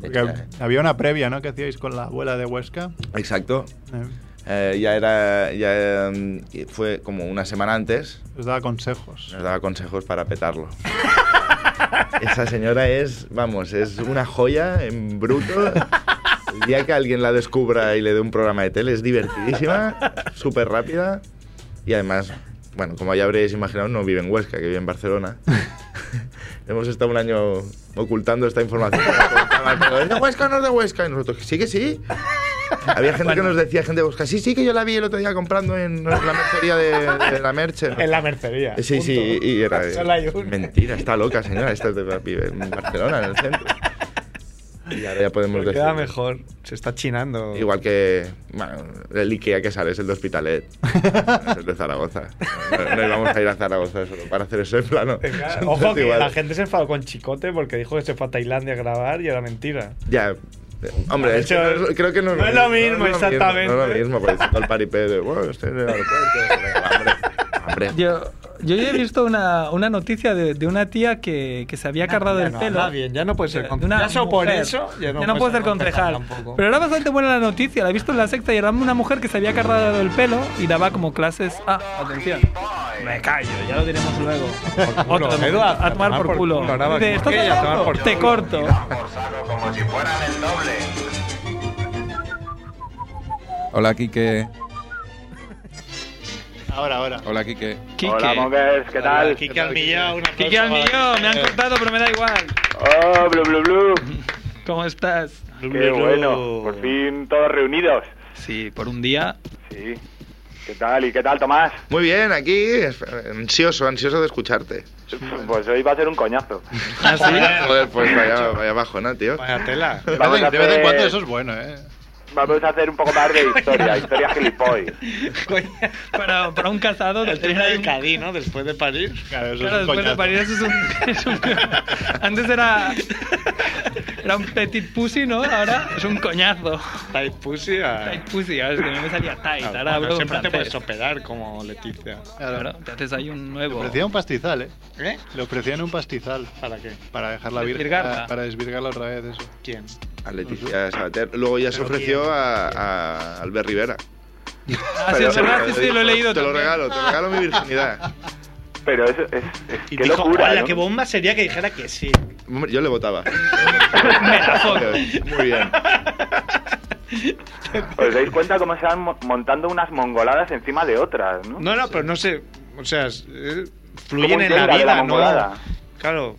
Speaker 3: porque había una previa, ¿no? Que hacíais con la abuela de Huesca.
Speaker 7: Exacto.
Speaker 3: Eh,
Speaker 7: Eh, ya era. Ya, mm, y fue como una semana antes,
Speaker 3: os daba consejos.
Speaker 7: nos daba consejos para petarlo. Esa señora es, vamos, es una joya en bruto. El día que alguien la descubra y le dé un programa de tele es divertidísima, súper rápida y además, bueno, como ya habréis imaginado, no vive en Huesca, que vive en Barcelona. Hemos estado un año ocultando esta información. ¿Es de Huesca o no es de Huesca? Y nosotros, sí que sí. Había gente que nos decía, gente de Huesca, sí, sí, que yo la vi el otro día comprando en la mercería de, de la Merche.
Speaker 2: En la mercería.
Speaker 7: Sí,
Speaker 2: punto.
Speaker 7: sí, y era.
Speaker 2: Solo hay uno.
Speaker 7: Mentira, está loca, señora. Esta es de la pibe en Barcelona, en el centro. Y ahora ya podemos
Speaker 2: Pero
Speaker 7: decir.
Speaker 2: queda mejor. Se está chinando.
Speaker 7: Igual que bueno, el Ikea que sale es el de Hospitalet, es el de Zaragoza. No, no íbamos a ir a Zaragoza solo para hacer eso en plano.
Speaker 2: Venga,
Speaker 7: Son
Speaker 2: Ojo
Speaker 7: todos
Speaker 2: que la
Speaker 7: iguales.
Speaker 2: gente se enfadó con Chicote porque dijo que se fue a Tailandia a grabar y era mentira.
Speaker 7: Ya. Hombre,
Speaker 2: De
Speaker 7: es que
Speaker 2: hecho,
Speaker 7: no es- creo que no,
Speaker 2: no es lo mismo, exactamente.
Speaker 7: No es lo mismo, porque está todo el paripé de, bueno, estoy en el aeropuerto. Hombre, hombre.
Speaker 1: Yo, yo ya he visto una, una noticia de, de una tía que, que se había cargado el
Speaker 2: no,
Speaker 1: pelo.
Speaker 2: habla bien, ya no puede ser
Speaker 1: Eh, De-
Speaker 2: conce-
Speaker 1: de una
Speaker 2: ya solo por
Speaker 1: mujer.
Speaker 2: eso, ya no
Speaker 1: Ya no
Speaker 2: puede
Speaker 1: puede
Speaker 2: ser
Speaker 1: ser concejal.
Speaker 2: concejal tampoco.
Speaker 1: Pero era bastante buena la noticia. La he visto en la sexta y era una mujer que se había cargado el pelo y daba como clases. Ah, atención. Me callo, ya lo diremos luego.
Speaker 2: culo,
Speaker 1: Otro,
Speaker 2: Edu,
Speaker 1: a, a tomar por culo.
Speaker 2: ahora va
Speaker 1: Dice,
Speaker 2: como
Speaker 1: "¿Estás
Speaker 2: aquella, a tomar
Speaker 1: hablando?
Speaker 2: por
Speaker 1: Te
Speaker 2: culo".
Speaker 1: corto.
Speaker 5: Hola, Quique.
Speaker 3: Ahora, ahora.
Speaker 5: Hola, Quique.
Speaker 1: Quique.
Speaker 10: Hola, Mongers, ¿qué tal?
Speaker 2: Quique Almillón, una
Speaker 1: Quique al millón, me han cortado, pero me da igual.
Speaker 10: Oh, blu, blu, blu.
Speaker 1: ¿Cómo estás?
Speaker 10: Qué bueno, por fin todos reunidos.
Speaker 1: Sí, por un día.
Speaker 10: Sí. ¿Qué tal? ¿Y qué tal, Tomás?
Speaker 7: Muy bien, aquí, es- ansioso, ansioso de escucharte.
Speaker 10: Pues hoy va a ser un coñazo.
Speaker 1: ¿Ah, sí?
Speaker 7: Joder, pues vaya, vaya bajona, tío.
Speaker 2: Vaya tela.
Speaker 3: De vez
Speaker 10: Vamos
Speaker 3: en-
Speaker 10: a
Speaker 3: de vez en
Speaker 10: hacer-
Speaker 3: cuando eso es bueno, ¿eh?
Speaker 10: Vamos a hacer un poco más de historia, historia gilipoll.
Speaker 1: Coño, para, para un casado del
Speaker 2: Era el Cadí, ¿no? Después de París.
Speaker 3: Claro, eso
Speaker 1: Claro,
Speaker 3: es un
Speaker 1: después de
Speaker 3: coñazo.
Speaker 1: parir eso es un, es un- Antes era... Era un petit pussy, ¿no? Ahora es un coñazo.
Speaker 2: Tight pussy a...
Speaker 1: Tight pussy, ahora es que no me salía
Speaker 2: Claro,
Speaker 1: tight. Ahora
Speaker 2: Ah. bueno,
Speaker 1: hablo en
Speaker 2: siempre te puedes
Speaker 1: francés.
Speaker 2: operar como Leticia.
Speaker 3: Claro.
Speaker 1: Claro, te haces ahí un
Speaker 3: Le
Speaker 1: nuevo...
Speaker 3: ofrecían un pastizal, ¿eh?
Speaker 2: ¿Eh?
Speaker 3: Le ofrecían un pastizal
Speaker 2: ¿Para qué?
Speaker 3: para dejarla virgen.
Speaker 1: Desvirgarla.
Speaker 3: Para, para desvirgarla otra vez, eso.
Speaker 2: ¿Quién?
Speaker 7: A Leticia Sabater. Luego ya se
Speaker 2: Pero
Speaker 7: ofreció
Speaker 2: ¿quién?
Speaker 7: a, a Albert Rivera.
Speaker 1: Ah, sí, es verdad, sí, sí, lo he leído
Speaker 7: Te lo
Speaker 1: también.
Speaker 7: regalo, te regalo mi virginidad.
Speaker 10: Pero eso es. es-
Speaker 2: Y
Speaker 10: qué
Speaker 2: dijo,
Speaker 10: locura.
Speaker 2: "Hola,
Speaker 10: ¿no?
Speaker 2: qué bomba sería que dijera que sí.
Speaker 7: Hombre, Yo le votaba.
Speaker 1: Me la foto.
Speaker 7: Muy bien.
Speaker 10: Os dais cuenta cómo se van mo- montando unas mongoladas encima de otras, ¿no?
Speaker 2: No, no, pero no sé. O sea, es- eh,
Speaker 10: Como
Speaker 2: fluyen
Speaker 10: un
Speaker 2: en la
Speaker 10: Zelda de la
Speaker 2: vida, ¿no?
Speaker 10: mongolada.
Speaker 2: Claro,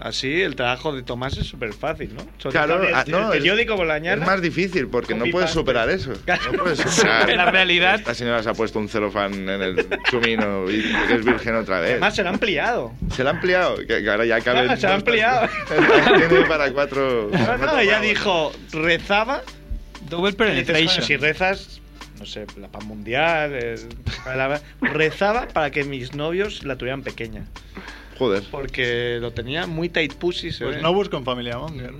Speaker 2: así el trabajo de Tomás es súper fácil, ¿no? Sobre
Speaker 7: Claro,
Speaker 2: todo
Speaker 1: Pues
Speaker 2: el,
Speaker 7: ah, no,
Speaker 2: el
Speaker 7: es-
Speaker 2: periódico por la mañana.
Speaker 7: Es más difícil porque
Speaker 2: Con
Speaker 7: no puedes
Speaker 2: pipas.
Speaker 7: superar eso. No puedes superar.
Speaker 1: La realidad.
Speaker 7: Esta señora se ha puesto un celofán en el chumino y dice que es virgen otra vez.
Speaker 2: Además, se lo ha ampliado.
Speaker 7: Se la ha ampliado. Que que ahora ya cabe.
Speaker 2: Claro, Ah, se la ha ampliado.
Speaker 7: Tiene para cuatro.
Speaker 2: No, no,
Speaker 7: cuatro
Speaker 2: ella
Speaker 7: pavos.
Speaker 2: dijo, rezaba.
Speaker 1: Double
Speaker 2: y dices, bueno, si
Speaker 1: penetration.
Speaker 2: rezas, no sé, la paz mundial. el- la- rezaba para que mis novios la tuvieran pequeña.
Speaker 7: Joder.
Speaker 2: Porque lo tenía muy tight ¿eh? pussy. se
Speaker 3: Pues
Speaker 2: ve.
Speaker 3: no busco en Familia Monger.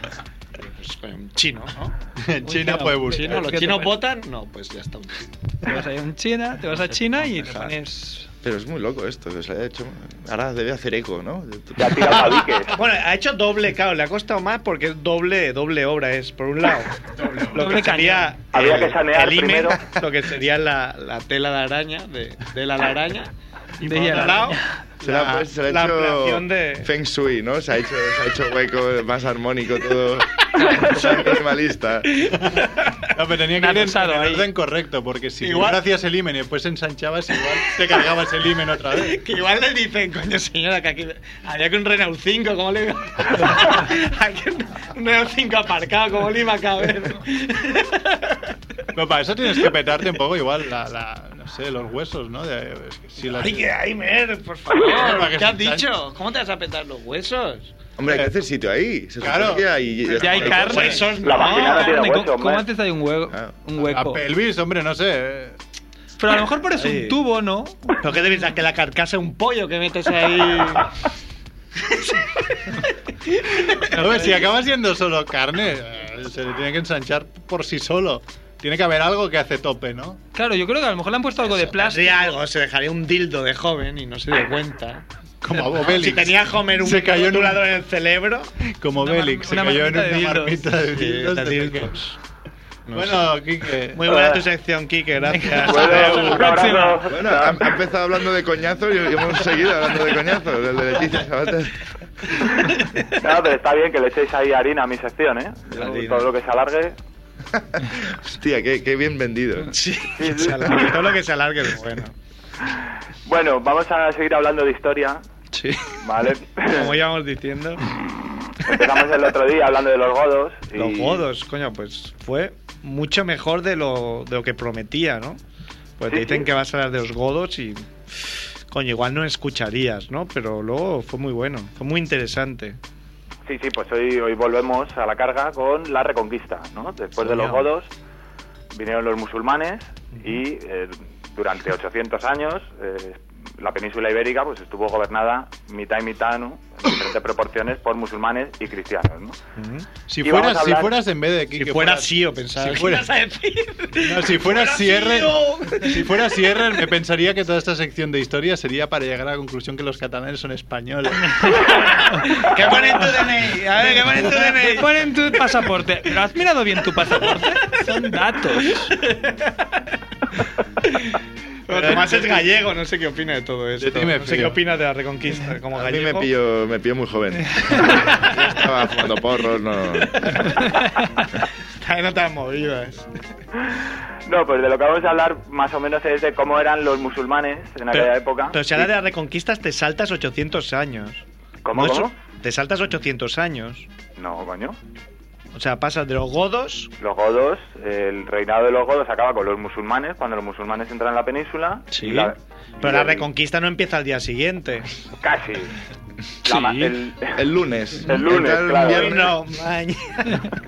Speaker 2: Pues, coño, un chino, ¿no?
Speaker 3: En China
Speaker 1: Un
Speaker 3: puede
Speaker 1: chino, un
Speaker 3: buscar.
Speaker 1: chino.
Speaker 2: No, los
Speaker 1: ¿Qué te
Speaker 2: chinos
Speaker 1: parece?
Speaker 2: votan. No, pues ya está. un chino.
Speaker 1: Te vas a ir a China, te vas a China y te pones...
Speaker 7: Pero es muy loco esto. que se ha hecho. Ahora debe hacer eco, ¿no?
Speaker 10: Te ha tirado tabiques.
Speaker 2: Bueno, ha hecho doble, claro, le ha costado más porque es doble, doble obra, es por un lado. lo que
Speaker 1: Doble
Speaker 2: sería
Speaker 10: cañón. Habría que sanear
Speaker 2: imen,
Speaker 10: primero.
Speaker 2: lo que sería la, la tela de araña, de, de la araña. Y
Speaker 1: De
Speaker 2: por
Speaker 1: la
Speaker 2: otro lado,
Speaker 1: araña.
Speaker 7: Se la,
Speaker 2: la-
Speaker 7: pues, se le
Speaker 2: la
Speaker 7: ha hecho
Speaker 2: ampliación de.
Speaker 7: Feng Shui, ¿no? Se ha hecho, se ha hecho hueco, más armónico, todo minimalista.
Speaker 3: No, pero
Speaker 1: Me
Speaker 3: tenía que
Speaker 1: ha
Speaker 3: ir en,
Speaker 1: pensado
Speaker 3: en el
Speaker 1: ahí.
Speaker 3: orden correcto, porque si
Speaker 2: Igual-
Speaker 3: igual hacías el imen y después ensanchabas, igual te cargabas el imen otra vez.
Speaker 2: Que igual le dicen, coño señora, que aquí había que un Renault 5, ¿cómo le digo? Aquí un, un Renault 5 aparcado, ¿cómo le iba a caber?
Speaker 3: Pero para eso tienes que petarte un poco igual la, la- no sé, los huesos, ¿no? De- es que si las-
Speaker 2: Ay, que Aimer, por
Speaker 3: Para
Speaker 2: favor,
Speaker 3: que
Speaker 2: ¿qué has
Speaker 3: se ensanche.
Speaker 2: dicho? ¿Cómo te vas a petar los huesos?
Speaker 7: Hombre, hay que hacer sitio ahí. Se supone
Speaker 3: Claro.
Speaker 7: que hay,
Speaker 1: Ya hay carne.
Speaker 2: huesos,
Speaker 10: La
Speaker 2: no.
Speaker 10: vagina no
Speaker 1: pues
Speaker 10: tiene
Speaker 1: Carne, ¿cómo-
Speaker 10: hueso,
Speaker 1: ¿Cómo
Speaker 10: hombre.
Speaker 1: antes hay un hueco? Un
Speaker 3: La
Speaker 1: hueco.
Speaker 3: pelvis, hombre, no sé.
Speaker 1: Pero a lo mejor pones
Speaker 2: Ahí.
Speaker 1: un tubo, ¿no?
Speaker 2: ¿Pero qué te piensas? ¿Que la carcasa es un pollo que metes ahí?
Speaker 3: A ver, si acaba siendo solo carne, eh, se le tiene que ensanchar por sí solo. Tiene que haber algo que hace tope, ¿no?
Speaker 1: Claro, yo creo que a lo mejor le han puesto algo de plástico.
Speaker 2: Sería algo, se dejaría un dildo de joven y no se dio cuenta.
Speaker 3: Como Obelix.
Speaker 2: Ah, Si tenía Homer un
Speaker 3: Se cayó en un-
Speaker 2: rotulador en el cerebro.
Speaker 3: Como
Speaker 1: Una mar-
Speaker 3: Obelix, se
Speaker 1: una
Speaker 3: cayó en
Speaker 1: marmita de
Speaker 3: una
Speaker 1: dildos.
Speaker 3: marmita de dildos.
Speaker 2: de
Speaker 3: se cayó.
Speaker 2: dildos. No
Speaker 3: Bueno, Quique.
Speaker 2: Muy buena tu sección, Kike, gracias.
Speaker 10: Bueno, un
Speaker 1: Próxima.
Speaker 10: abrazo.
Speaker 7: Bueno, ha, ha empezado hablando de coñazos y hemos seguido hablando de coñazos. El de Leticia Sabater.
Speaker 10: No, pero está bien que le echéis ahí harina a mi sección, ¿eh? Yo,
Speaker 7: Harina.
Speaker 10: Todo lo que se alargue.
Speaker 7: Hostia, qué, qué bien vendido.
Speaker 2: Sí,
Speaker 10: Sí,
Speaker 2: que
Speaker 10: sí.
Speaker 2: se alargue, todo lo que se alargue es bueno.
Speaker 10: Bueno, vamos a seguir hablando de historia,
Speaker 2: Sí.
Speaker 10: ¿vale?
Speaker 2: Como íbamos diciendo.
Speaker 10: Empezamos el otro día hablando de los godos. y-
Speaker 2: Los godos, coño, pues fue mucho mejor de lo, de lo que prometía, ¿no? Pues te
Speaker 10: Sí,
Speaker 2: dicen
Speaker 10: sí.
Speaker 2: que vas a hablar de los godos y. Coño, igual no escucharías, ¿no? Pero luego fue muy bueno, fue muy interesante.
Speaker 10: Sí, sí, pues hoy, hoy volvemos a la carga con la reconquista, ¿no? Después de los
Speaker 2: Señor.
Speaker 10: godos vinieron los musulmanes y eh, durante 800 años eh, la península ibérica pues estuvo gobernada mitad y mitad, ¿no? En diferentes proporciones por musulmanes y cristianos, ¿no?
Speaker 2: Ujú.
Speaker 3: Si
Speaker 10: Y vamos
Speaker 3: fueras,
Speaker 10: a
Speaker 3: si
Speaker 10: hablar-
Speaker 3: fueras en vez de
Speaker 2: Si
Speaker 3: Quique.
Speaker 2: fuera
Speaker 3: fueras-
Speaker 2: sí, o pensaba.
Speaker 1: Pues
Speaker 3: Si
Speaker 2: que
Speaker 3: fuera-
Speaker 2: ibas a decir.
Speaker 3: No, si fuera cierre,
Speaker 2: tío.
Speaker 3: si fuera cierre, me pensaría que toda esta sección de historia sería para llegar a la conclusión que los catalanes son españoles.
Speaker 2: ¿Qué pone en tu DNI? A ver, ¿qué pone en tu DNI?
Speaker 1: Te ponen tu pasaporte. ¿Pero has mirado bien tu pasaporte? Son datos.
Speaker 2: Pero Tomás es gallego, no sé qué opina de todo esto.
Speaker 3: De ti me
Speaker 2: no sé qué
Speaker 3: fío.
Speaker 2: opina de la Reconquista como
Speaker 7: A mí
Speaker 2: gallego.
Speaker 7: me pilló, me pilló muy joven. Estaba fumando porros, no.
Speaker 2: Está en otras movidas.
Speaker 10: No, pues de lo que vamos a hablar más o menos es de cómo eran los musulmanes en aquella época.
Speaker 2: pero si ahora de las reconquistas te saltas 800 años.
Speaker 10: ¿Cómo,
Speaker 2: No es-
Speaker 10: cómo?
Speaker 2: Te saltas 800 años.
Speaker 10: No, coño.
Speaker 2: O sea, pasas de los godos.
Speaker 10: Los godos, el reinado de los godos acaba con los musulmanes cuando los musulmanes entran en la península. y la-
Speaker 2: pero
Speaker 10: y
Speaker 2: la
Speaker 10: el-
Speaker 2: reconquista no empieza al día siguiente.
Speaker 10: Casi. La ma- el-
Speaker 7: El lunes.
Speaker 10: El lunes,
Speaker 7: Entrar un
Speaker 10: claro.
Speaker 7: viernes.
Speaker 2: No, mañana.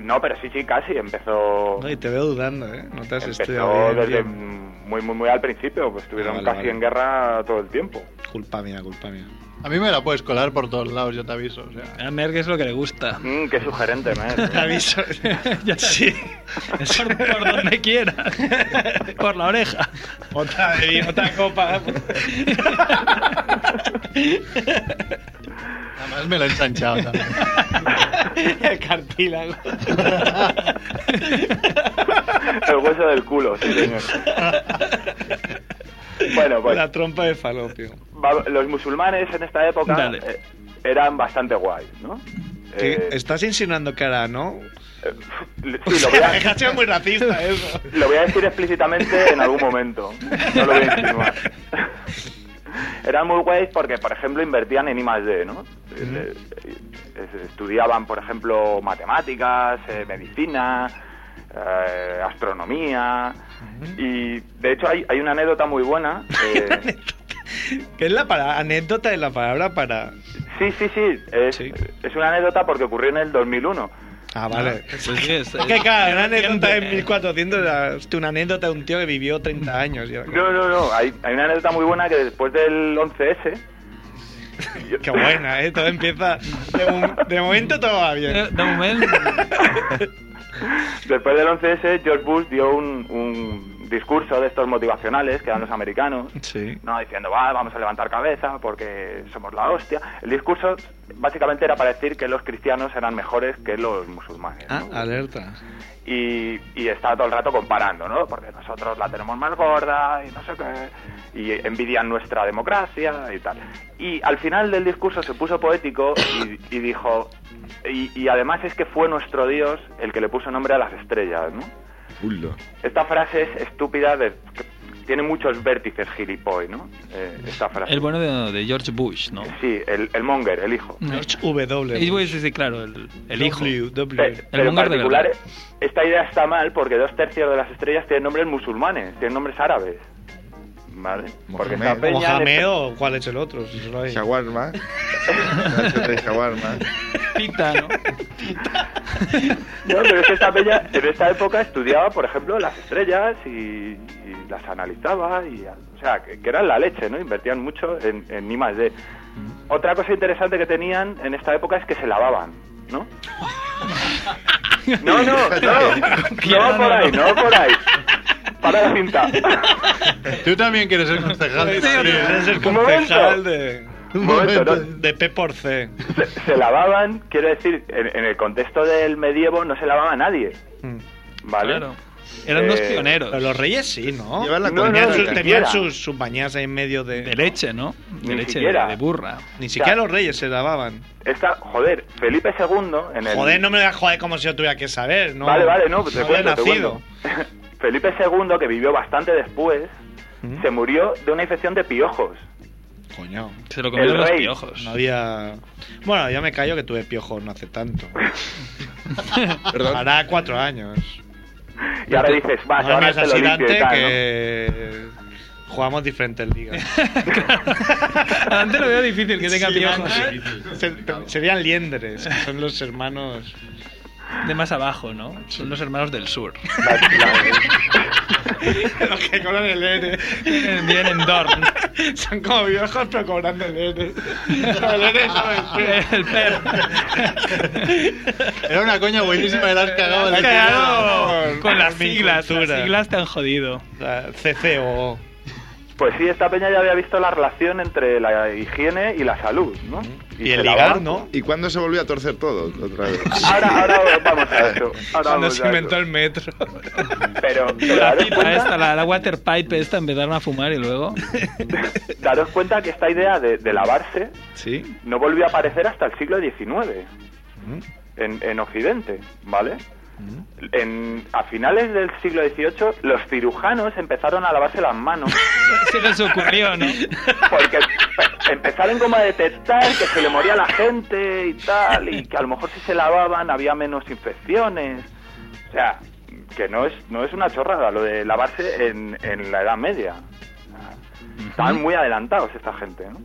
Speaker 10: No, pero sí, sí, casi. Empezó,
Speaker 2: Ay, te veo dudando, ¿eh? No te has
Speaker 10: empezó
Speaker 2: estudiado bien,
Speaker 10: desde
Speaker 2: bien.
Speaker 10: muy, muy, muy al principio. Pues estuvieron
Speaker 2: Ah, vale,
Speaker 10: casi
Speaker 2: vale.
Speaker 10: en guerra todo el tiempo.
Speaker 2: Culpa mía, culpa mía.
Speaker 3: A mí me la puedes colar por todos lados, yo te aviso. o sea.
Speaker 1: A Merck es lo que le gusta.
Speaker 10: Mm, qué sugerente,
Speaker 2: Te
Speaker 10: man.
Speaker 2: aviso.
Speaker 1: Ya
Speaker 2: sí.
Speaker 1: Por, por donde quiera. Por la oreja.
Speaker 2: Otra de vino, otra copa.
Speaker 3: Además me la he ensanchado también.
Speaker 2: El cartílago.
Speaker 10: El hueso del culo, sí, señor.
Speaker 2: Ah.
Speaker 10: Bueno, pues
Speaker 2: La trompa de falopio.
Speaker 10: va- los musulmanes en esta época
Speaker 1: Dale.
Speaker 10: eh, eran bastante guays, ¿no?
Speaker 2: ¿Qué?
Speaker 10: Eh,
Speaker 2: Estás insinuando que ahora, ¿no?
Speaker 10: eh, sí, lo voy a-
Speaker 2: Deja de ser muy racista eso.
Speaker 10: Lo voy a decir explícitamente en algún momento. No lo voy a insinuar. Eran muy guays porque, por ejemplo, invertían en I más D, ¿no? Eh, eh, Estudiaban, por ejemplo, matemáticas, eh, medicina, eh, astronomía. Y de hecho, hay, hay una anécdota muy buena. eh,
Speaker 2: ¿Qué es la para anécdota de la palabra para...?
Speaker 10: sí, sí, sí. Es,
Speaker 2: Sí.
Speaker 10: es una anécdota porque ocurrió en el 2001.
Speaker 2: Ah, vale.
Speaker 1: Pues sí, es-
Speaker 2: Que claro, una anécdota de 1400 era hostia, una anécdota de un tío que vivió 30 años. y era como,
Speaker 10: No, no, no. Hay, hay una anécdota muy buena que después del 11S.
Speaker 2: Qué buena, ¿eh? Todo empieza... De, mo- de momento todo va
Speaker 1: Eh,
Speaker 2: bien.
Speaker 1: De momento.
Speaker 10: Después del 11S, George Bush dio un, un discurso de estos motivacionales que dan los americanos,
Speaker 2: Sí.
Speaker 10: ¿no? diciendo, va, vamos a levantar cabeza porque somos la hostia. El discurso básicamente era para decir que los cristianos eran mejores que los musulmanes.
Speaker 2: Ah,
Speaker 10: ¿no?
Speaker 2: alerta.
Speaker 10: y, y está todo el rato comparando, ¿no? Porque nosotros la tenemos más gorda y no sé qué, y envidian nuestra democracia y tal. Y al final del discurso se puso poético y, y dijo, y, y además es que fue nuestro Dios el que le puso nombre a las estrellas, ¿no?
Speaker 7: Ulo.
Speaker 10: Esta frase es estúpida, de- que tiene muchos vértices gilipoy, ¿no? Eh, esta frase.
Speaker 1: El bueno de, de George Bush, ¿no?
Speaker 10: Sí, el, el monger, el hijo.
Speaker 2: George W.
Speaker 1: Y Bush, sí, sí, claro, el, el hijo.
Speaker 2: W,
Speaker 10: Pe-
Speaker 2: W.
Speaker 10: Pero en
Speaker 1: monger de
Speaker 10: particular,
Speaker 1: verdad.
Speaker 10: esta idea está mal porque dos tercios de las estrellas tienen nombres musulmanes, tienen nombres árabes. ¿vale? Porque
Speaker 7: Mohamed.
Speaker 10: esta peña...
Speaker 2: Mohamed o cuál es el otro, si solo hay.
Speaker 7: Shawarma. Nachos de shawarma.
Speaker 1: Pita, ¿no?
Speaker 10: No, pero es que esta peña en esta época estudiaba, por ejemplo, las estrellas y, y las analizaba, y, o sea, que, que eran la leche, ¿no? Invertían mucho en, en I más D.
Speaker 2: Mm.
Speaker 10: Otra cosa interesante que tenían en esta época es que se lavaban, ¿no? No, no, no, no por ahí, no por ahí. Para la cinta.
Speaker 3: Tú también quieres ser concejal.
Speaker 2: Sí, eres el
Speaker 10: Un momento.
Speaker 2: concejal de,
Speaker 10: Un momento, ¿no?
Speaker 2: de P por C.
Speaker 10: Se, se lavaban, quiero decir, en, en el contexto del medievo no se lavaba a nadie,
Speaker 2: Mm.
Speaker 10: ¿vale?
Speaker 1: Claro. Eran unos
Speaker 10: Eh,
Speaker 1: pioneros.
Speaker 2: Pero los reyes sí, ¿no?
Speaker 7: Llevan la
Speaker 10: No,
Speaker 7: comida
Speaker 2: Tenían,
Speaker 10: no,
Speaker 2: sus,
Speaker 10: ni
Speaker 2: tenían
Speaker 10: siquiera.
Speaker 2: sus, sus bañadas ahí en medio de...
Speaker 1: De leche, ¿no? De
Speaker 10: Ni
Speaker 1: leche
Speaker 10: siquiera.
Speaker 1: de burra.
Speaker 2: Ni siquiera los reyes se lavaban.
Speaker 10: Esta, joder, Felipe II en el...
Speaker 2: Joder, no me digas joder como si yo tuviera que saber, ¿no?
Speaker 10: Vale, vale, no, te
Speaker 2: había
Speaker 10: cuento, te
Speaker 2: nacido.
Speaker 10: cuento. Felipe II, que vivió bastante después,
Speaker 2: ¿Mm?
Speaker 10: se murió de una infección de piojos.
Speaker 2: Coño,
Speaker 1: Se lo comieron
Speaker 10: El
Speaker 1: los
Speaker 10: rey.
Speaker 1: piojos.
Speaker 2: no había... Bueno, ya me callo que tuve piojos no hace tanto.
Speaker 7: Perdón.
Speaker 2: Hará cuatro años.
Speaker 10: Y ahora dices, vas,
Speaker 2: no es
Speaker 10: ahora
Speaker 2: más
Speaker 10: te lo limpio
Speaker 2: asilante
Speaker 10: y tal,
Speaker 2: que... Jugamos diferentes ligas.
Speaker 1: Antes lo veo difícil que tenga
Speaker 2: Sí,
Speaker 1: piojos.
Speaker 2: ¿eh? Se- Serían liendres, que son los hermanos.
Speaker 1: De más abajo, ¿no? Son los hermanos del sur.
Speaker 10: ¿no? La-
Speaker 2: los que cobran el N.
Speaker 1: Viven en Dorn.
Speaker 2: Son como viejos, pero cobrando el N. El N es
Speaker 1: El perro.
Speaker 3: Era una coña buenísima, la has cagado. la has cagado.
Speaker 1: Claro, con las siglas. Las
Speaker 2: Cultura.
Speaker 1: siglas te han jodido.
Speaker 2: La CCO.
Speaker 10: Pues sí, esta peña ya había visto la relación entre la higiene y la salud, ¿no?
Speaker 2: Y,
Speaker 10: se
Speaker 2: el
Speaker 10: lavaba.
Speaker 2: ligar, ¿no?
Speaker 7: ¿Y cuándo se volvió a torcer todo? Otra vez.
Speaker 10: Ahora, ahora vamos a eso. Ahora
Speaker 2: Cuando
Speaker 10: vamos
Speaker 2: se
Speaker 10: a
Speaker 2: inventó
Speaker 10: eso.
Speaker 2: el metro.
Speaker 10: Pero, pero
Speaker 1: La
Speaker 10: daros,
Speaker 1: pipa esta,
Speaker 10: cuenta,
Speaker 1: la, la water pipe esta, empezaron a fumar y luego.
Speaker 10: daros cuenta que esta idea de, de lavarse
Speaker 2: Sí.
Speaker 10: no volvió a aparecer hasta el siglo XIX en, en Occidente, ¿vale? En, a finales del siglo XVIII, los cirujanos empezaron a lavarse las manos
Speaker 1: Se les ocurrió, ¿no?
Speaker 10: porque pe- empezaron como a detectar que se le moría la gente y tal, y que a lo mejor si se lavaban había menos infecciones. O sea, que no es, no es una chorrada lo de lavarse en, en la Edad Media. Estaban muy adelantados esta gente, ¿no?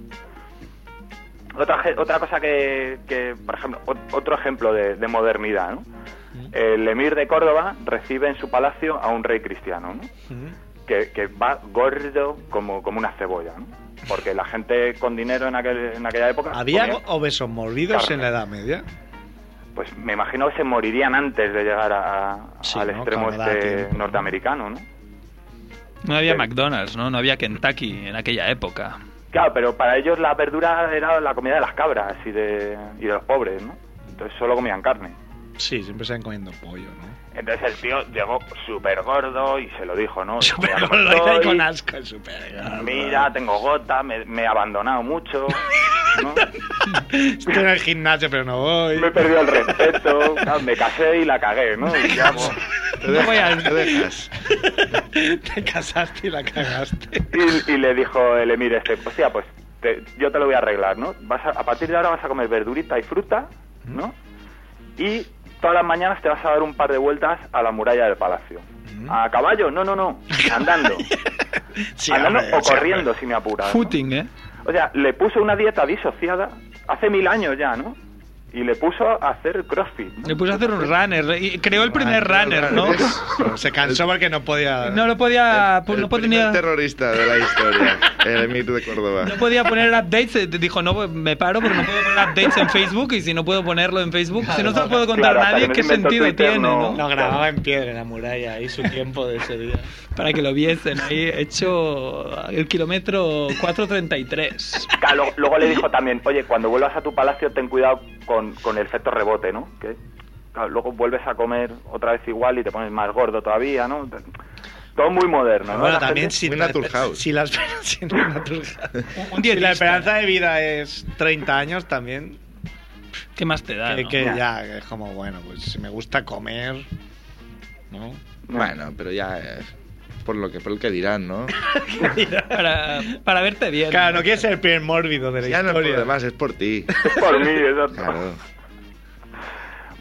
Speaker 10: Otra, ge- otra cosa que, que, por ejemplo, ot- otro ejemplo de, de modernidad, ¿no? El emir de Córdoba recibe en su palacio a un rey cristiano, ¿no? que, que va gordo como, como una cebolla, ¿no? Porque la gente con dinero en, aquel, en aquella época...
Speaker 2: ¿Había
Speaker 10: comía-
Speaker 2: obesos mordidos en la Edad Media?
Speaker 10: pues me imagino que se morirían antes de llegar a- a-
Speaker 2: Sí,
Speaker 10: al
Speaker 2: ¿no?
Speaker 10: extremo
Speaker 2: Canadá,
Speaker 10: este
Speaker 2: tiempo, ¿no?
Speaker 10: norteamericano, ¿no?
Speaker 1: No había
Speaker 10: Sí.
Speaker 1: McDonald's, ¿no? No había Kentucky en aquella época.
Speaker 10: Claro, pero para ellos la verdura era la comida de las cabras y de, y de los pobres, ¿no? Entonces solo comían carne.
Speaker 2: Sí, siempre estaban comiendo pollo, ¿no?
Speaker 10: Entonces el tío llegó súper gordo y se lo dijo, ¿no?
Speaker 2: Súper
Speaker 10: Mira cómo
Speaker 2: gordo y
Speaker 10: estoy,
Speaker 2: con asco, súper gordo.
Speaker 10: Mira, tengo gota, me, me he abandonado mucho, ¿no?
Speaker 2: Estoy en el gimnasio, pero no voy.
Speaker 10: me he perdido el respeto, claro, me casé y la cagué, ¿no? Y ya, pues,
Speaker 7: Te dejas,
Speaker 1: voy al-
Speaker 7: te dejas.
Speaker 2: Te casaste y la cagaste.
Speaker 10: Y, y le dijo el emir este, hostia, pues te- yo te lo voy a arreglar, ¿no? Vas a, a partir de ahora vas a comer verdurita y fruta, ¿no? Y todas las mañanas te vas a dar un par de vueltas a la muralla del palacio. Mm. ¿A caballo? No, no, no. Andando. Andando o corriendo, si me apuras. ¿no?
Speaker 1: Footing, ¿eh?
Speaker 10: O sea, le puso una dieta disociada hace mil años ya, ¿no? Y le puso a hacer crossfit. ¿no?
Speaker 1: Le puse a hacer un runner. y creó
Speaker 2: Ah,
Speaker 1: el primer runner, ¿no?
Speaker 2: Pero Se cansó porque no podía.
Speaker 1: No lo podía.
Speaker 7: El
Speaker 1: Pues No
Speaker 7: primer
Speaker 1: podía.
Speaker 7: terrorista de la historia. El emir de Córdoba.
Speaker 1: No podía poner updates, eh, dijo, no, me paro porque no puedo poner updates en Facebook y si no puedo ponerlo en Facebook, si no se lo puedo contar
Speaker 10: Claro,
Speaker 1: a
Speaker 10: hasta
Speaker 1: nadie,
Speaker 10: que no
Speaker 1: ¿qué
Speaker 10: se inventó
Speaker 1: sentido
Speaker 10: Twitter,
Speaker 1: tiene?
Speaker 10: no.
Speaker 1: ¿no?
Speaker 2: No, grababa en piedra en la muralla ahí su tiempo de ese día.
Speaker 1: Para que lo viesen ahí, hecho el kilómetro 433.
Speaker 10: Claro, lo- luego le dijo también, oye, cuando vuelvas a tu palacio ten cuidado con, con el efecto rebote, ¿no? Que claro, luego vuelves a comer otra vez igual y te pones más gordo todavía, ¿no? Todo muy moderno, ¿no?
Speaker 2: Bueno,
Speaker 10: La
Speaker 2: también
Speaker 10: gente-
Speaker 2: si,
Speaker 7: muy
Speaker 2: la-
Speaker 7: Naturhaus.
Speaker 2: si, la, esper- si no, Naturhaus.
Speaker 1: Un
Speaker 2: Si la
Speaker 1: dietista.
Speaker 2: esperanza de vida es 30 años también,
Speaker 1: ¿Qué más te da?
Speaker 2: que,
Speaker 1: no?
Speaker 2: que ya que es como, bueno, pues si me gusta comer, ¿no?
Speaker 7: Bueno, pero ya es por lo que por el que dirán, ¿no?
Speaker 1: Para, para verte bien.
Speaker 2: Claro, no quieres ser el primer mórbido de la
Speaker 7: Ya no es por
Speaker 2: historia.
Speaker 7: lo demás, es por ti.
Speaker 10: Por mí, exacto.
Speaker 7: Claro.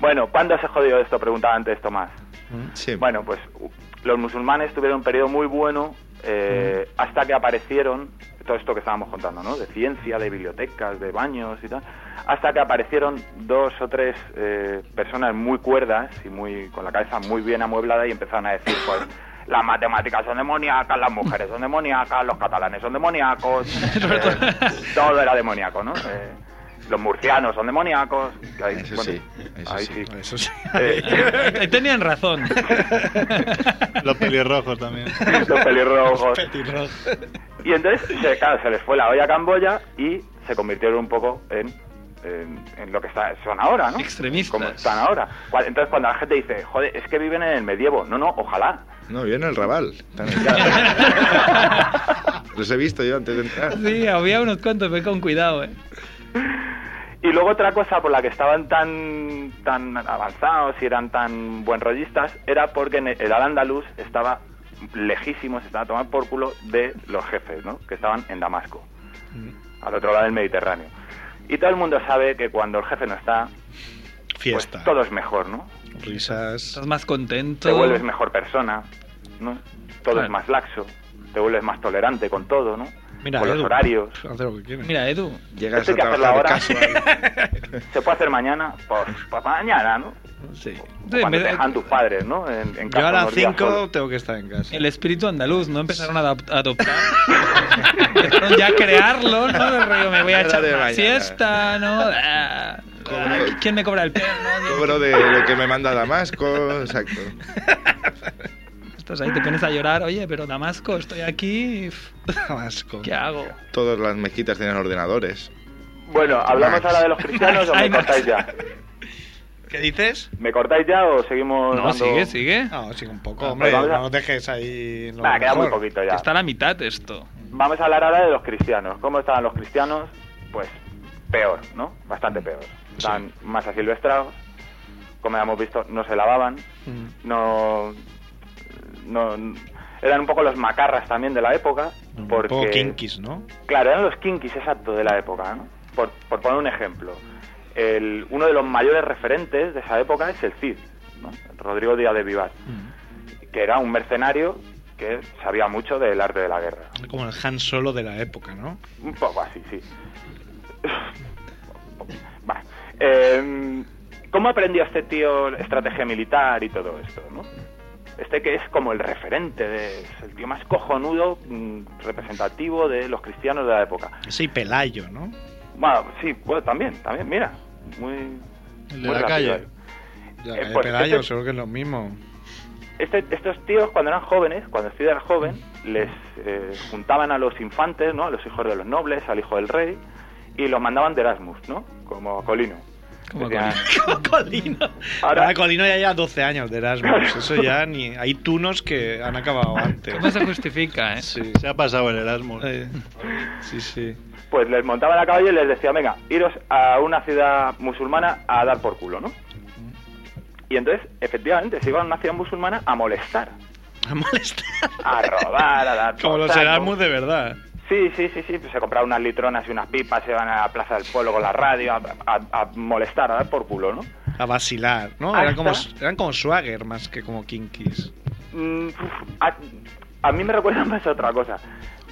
Speaker 10: Bueno, ¿cuándo se jodió esto? Preguntaba antes Tomás.
Speaker 2: Mm.
Speaker 7: Sí.
Speaker 10: Bueno, pues u- los musulmanes tuvieron un periodo muy bueno eh, hasta que aparecieron, todo esto que estábamos contando, ¿no? De ciencia, de bibliotecas, de baños y tal, hasta que aparecieron dos o tres eh, personas muy cuerdas y muy con la cabeza muy bien amueblada y empezaron a decir, pues, las matemáticas son demoníacas, las mujeres son demoníacas, los catalanes son demoníacos, eh, todo era demoníaco, ¿no? Eh, los murcianos son demoníacos. y ahí,
Speaker 7: Eso
Speaker 10: bueno,
Speaker 7: sí, eso
Speaker 10: ahí
Speaker 7: sí.
Speaker 10: sí.
Speaker 2: Eso sí.
Speaker 10: Eh,
Speaker 1: Eh, Tenían razón.
Speaker 3: Los pelirrojos también.
Speaker 10: los pelirrojos.
Speaker 3: Pelirrojos.
Speaker 10: Y entonces, se, claro, se les fue la olla a Camboya y se convirtieron un poco en, en, en lo que está- son ahora, ¿no?
Speaker 1: Extremistas.
Speaker 10: Como están ahora. Cua- Entonces, cuando la gente dice, joder, es que viven en el medievo. No, no, ojalá.
Speaker 7: No, viene el Raval. Están ahí. Los he visto yo antes de entrar.
Speaker 1: Sí, había unos cuantos, pero con cuidado, eh.
Speaker 10: Y luego otra cosa por la que estaban tan, tan avanzados y eran tan buen rollistas era porque en el el Al-Andalus estaba lejísimo, se estaba tomando por culo de los jefes, ¿no? Que estaban en Damasco, al otro lado del Mediterráneo. Y todo el mundo sabe que cuando el jefe no está, pues
Speaker 3: Fiesta.
Speaker 10: todo es mejor, ¿no?
Speaker 2: Risas.
Speaker 1: Estás más contento.
Speaker 10: Te vuelves mejor persona, ¿no? Todo
Speaker 1: Claro.
Speaker 10: es más laxo, te vuelves más tolerante con todo, ¿no?
Speaker 2: Mira,
Speaker 10: con los
Speaker 2: Edu,
Speaker 10: horarios.
Speaker 2: Haz lo que quieres.
Speaker 1: Mira, Edu.
Speaker 7: Llegas
Speaker 10: Esto
Speaker 7: a
Speaker 10: hay que hacerlo
Speaker 7: trabajar
Speaker 10: ahora.
Speaker 7: casual.
Speaker 10: ¿Se puede hacer mañana? Pues, pues mañana, ¿no?
Speaker 2: Sí.
Speaker 1: Sí,
Speaker 10: Cuando
Speaker 1: me-
Speaker 10: te dejan tus padres, ¿no? En,
Speaker 2: Yo
Speaker 10: en casa
Speaker 2: a las
Speaker 10: unos días
Speaker 2: 5
Speaker 10: solos.
Speaker 2: tengo que estar en casa.
Speaker 1: El espíritu andaluz, ¿no? Empezaron a adap- a adoptar. Empezaron ya a crearlo, ¿no? Del rollo, me voy a
Speaker 7: Era
Speaker 1: echar
Speaker 7: de
Speaker 1: una
Speaker 7: mañana.
Speaker 1: siesta, ¿no? Ah, ah, ¿Quién me cobra el perro?
Speaker 7: Cobro de lo que me manda Damasco, exacto.
Speaker 1: Estás ahí, te pones a llorar. Oye, pero Damasco, estoy aquí. pf,
Speaker 2: Damasco.
Speaker 1: ¿Qué hago?
Speaker 7: Todas las mezquitas tienen ordenadores.
Speaker 10: Bueno, ¿hablamos
Speaker 7: Max.
Speaker 10: ahora de los cristianos o
Speaker 1: Ay,
Speaker 10: me
Speaker 1: Max.
Speaker 10: cortáis ya?
Speaker 2: ¿Qué dices?
Speaker 10: ¿Me cortáis ya o seguimos
Speaker 1: No,
Speaker 10: dando...?
Speaker 1: sigue, sigue.
Speaker 2: No, sí, un poco,
Speaker 10: Ah,
Speaker 2: hombre.
Speaker 10: pues vamos a-
Speaker 2: No dejes ahí. lo
Speaker 10: Nada, queda muy
Speaker 2: mejor.
Speaker 10: poquito ya.
Speaker 1: Está a la mitad esto.
Speaker 10: Vamos a hablar ahora de los cristianos. ¿Cómo estaban los cristianos? Pues peor, ¿no? Bastante peor. Están más asilvestrados. Como ya hemos visto, no se lavaban.
Speaker 2: Mm.
Speaker 10: No, no. Eran un poco los macarras también de la época.
Speaker 2: Un
Speaker 10: porque,
Speaker 2: poco kinkis, ¿no?
Speaker 10: Claro, eran los kinkis, exacto, de la época. ¿no? Por, por poner un ejemplo, el- uno de los mayores referentes de esa época es el Cid, ¿no? Rodrigo Díaz de Vivar, que era un mercenario que sabía mucho del arte de la guerra.
Speaker 2: Como el Han Solo de la época, ¿no?
Speaker 10: Un poco así, sí. Va. Em, ¿Cómo aprendió este tío estrategia militar y todo esto? ¿no? Este que es como el referente, de- es el tío más cojonudo mm, representativo de los cristianos de la época.
Speaker 2: Ese y Pelayo, ¿no?
Speaker 10: Bueno, sí, bueno, también, también, mira. Muy,
Speaker 3: El de
Speaker 10: muy
Speaker 3: la
Speaker 10: rápido
Speaker 3: calle.
Speaker 10: ahí.
Speaker 2: Ya,
Speaker 10: Eh,
Speaker 2: que
Speaker 10: pues,
Speaker 2: Pelayo,
Speaker 10: este-
Speaker 2: seguro que es lo mismo.
Speaker 10: Este- estos tíos, cuando eran jóvenes, cuando el Cid era joven, les eh, juntaban a los infantes, ¿no? A los hijos de los nobles, al hijo del rey, y los mandaban de Erasmus, ¿no? Como a Colino.
Speaker 1: Como
Speaker 10: Decían,
Speaker 1: Como Colino.
Speaker 10: Ahora,
Speaker 2: Ahora Colino ya lleva 12 años de Erasmus. Eso ya ni. Hay tunos que han acabado antes.
Speaker 1: ¿Cómo se justifica, eh?
Speaker 2: Sí.
Speaker 3: este? Se ha pasado el Erasmus.
Speaker 2: Eh, Sí, sí.
Speaker 10: pues les montaban a caballo y les decía, venga, iros a una ciudad musulmana a dar por culo, ¿no? Y entonces, efectivamente, se iban a una ciudad musulmana a molestar,
Speaker 2: A molestar.
Speaker 10: a robar, a dar por
Speaker 2: Como los
Speaker 10: saco.
Speaker 2: Erasmus de verdad.
Speaker 10: Sí, sí, sí, sí. pues se compraban unas litronas y unas pipas, se iban a la plaza del pueblo con la radio a, a- a molestar, a dar por culo, ¿no?
Speaker 2: A vacilar, ¿no?
Speaker 10: Ahí
Speaker 2: Eran como,
Speaker 10: está.
Speaker 2: eran como swagger más que como kinkies.
Speaker 10: Mm, uf, a, a mí me recuerdan más a otra cosa.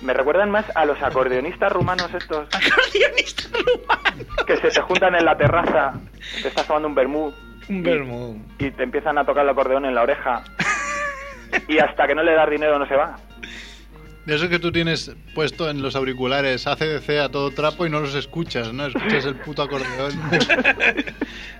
Speaker 10: Me recuerdan más a los acordeonistas rumanos estos. ¿Acordeonistas rumanos? Que se te juntan en la terraza, te estás tomando un vermú
Speaker 2: Un vermú.
Speaker 10: y te empiezan a tocar el acordeón en la oreja y hasta que no le das dinero no se va.
Speaker 3: De eso que tú tienes puesto en los auriculares ACDC a todo trapo y no los escuchas, ¿no? Escuchas el puto acordeón.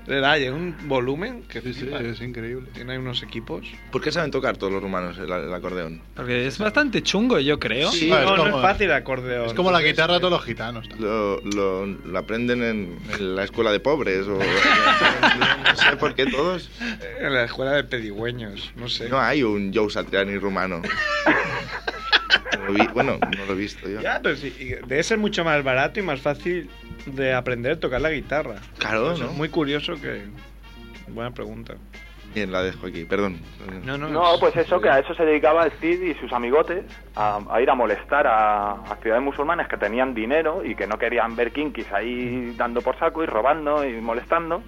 Speaker 2: Dale, un volumen que
Speaker 3: Sí, sí,
Speaker 2: flipas.
Speaker 3: es increíble.
Speaker 2: Tiene ahí unos equipos.
Speaker 7: ¿Por qué saben tocar todos los rumanos el, el acordeón?
Speaker 1: Porque es bastante chungo, yo creo.
Speaker 3: Sí,
Speaker 2: no,
Speaker 3: es
Speaker 2: no
Speaker 3: como-
Speaker 2: es fácil el acordeón.
Speaker 3: Es como la guitarra de todos los gitanos.
Speaker 7: Lo, lo- lo aprenden en, en la escuela de pobres o no sé por qué todos.
Speaker 2: En la escuela de pedigüeños, no sé.
Speaker 7: No hay un Joe Satriani rumano. No lo vi- bueno, no lo he visto yo.
Speaker 2: Ya, pero sí, y debe ser mucho más barato y más fácil de aprender a tocar la guitarra.
Speaker 7: Claro,
Speaker 2: Eso
Speaker 7: ¿no?
Speaker 2: es Muy curioso que... Buena pregunta.
Speaker 7: Bien, la dejo aquí, perdón.
Speaker 2: No, no,
Speaker 10: No,
Speaker 2: es-
Speaker 10: pues eso, que a eso se dedicaba el Cid y sus amigotes, a, a ir a molestar a, a ciudades musulmanes que tenían dinero y que no querían ver kinkis ahí dando por saco y robando y molestando.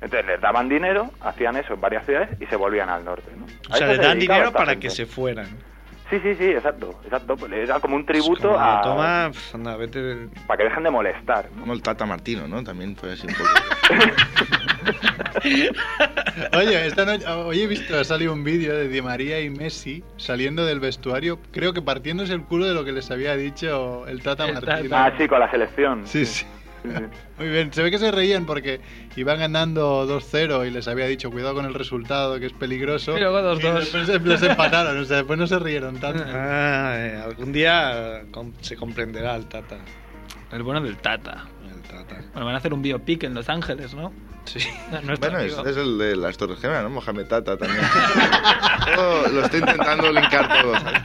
Speaker 10: Entonces les daban dinero, hacían eso en varias ciudades y se volvían al norte. ¿no?
Speaker 2: O sea,
Speaker 10: A
Speaker 2: le
Speaker 10: eso se
Speaker 2: dan
Speaker 10: dedicaba
Speaker 2: dinero
Speaker 10: esta
Speaker 2: para
Speaker 10: gente.
Speaker 2: que se fueran.
Speaker 10: Sí, sí, sí, exacto, exacto. pues Era como un tributo
Speaker 2: Como
Speaker 10: a...
Speaker 2: Toma, pf, anda, vete.
Speaker 10: Para que dejen de molestar. ¿no?
Speaker 7: Como el Tata Martino, ¿no? También puede ser un poco.
Speaker 3: Oye, esta noche, hoy he visto, ha salido un vídeo de Di María y Messi saliendo del vestuario, creo que partiéndose el culo de lo que les había dicho el Tata
Speaker 1: El
Speaker 3: Martino.
Speaker 1: Tata.
Speaker 10: Ah, sí, con la selección.
Speaker 3: Sí, sí.
Speaker 10: sí, sí.
Speaker 3: Muy bien, se ve que se reían porque iban ganando 2-0 y les había dicho cuidado con el resultado que es peligroso.
Speaker 1: Y luego 2-2.
Speaker 3: después se- les empataron, o sea, después no se rieron tanto.
Speaker 2: Ah, eh, algún día eh, com- se comprenderá el Tata.
Speaker 1: El bueno del Tata.
Speaker 2: El Tata.
Speaker 1: Bueno, van a hacer un biopic en Los Ángeles, ¿no?
Speaker 2: Sí.
Speaker 1: No, no es tan
Speaker 7: Bueno, es,
Speaker 1: antiguo.
Speaker 7: es el de las Torres Gemelas, ¿no? Mohamed Tata también. Yo lo estoy intentando linkar todo. ¿sabes?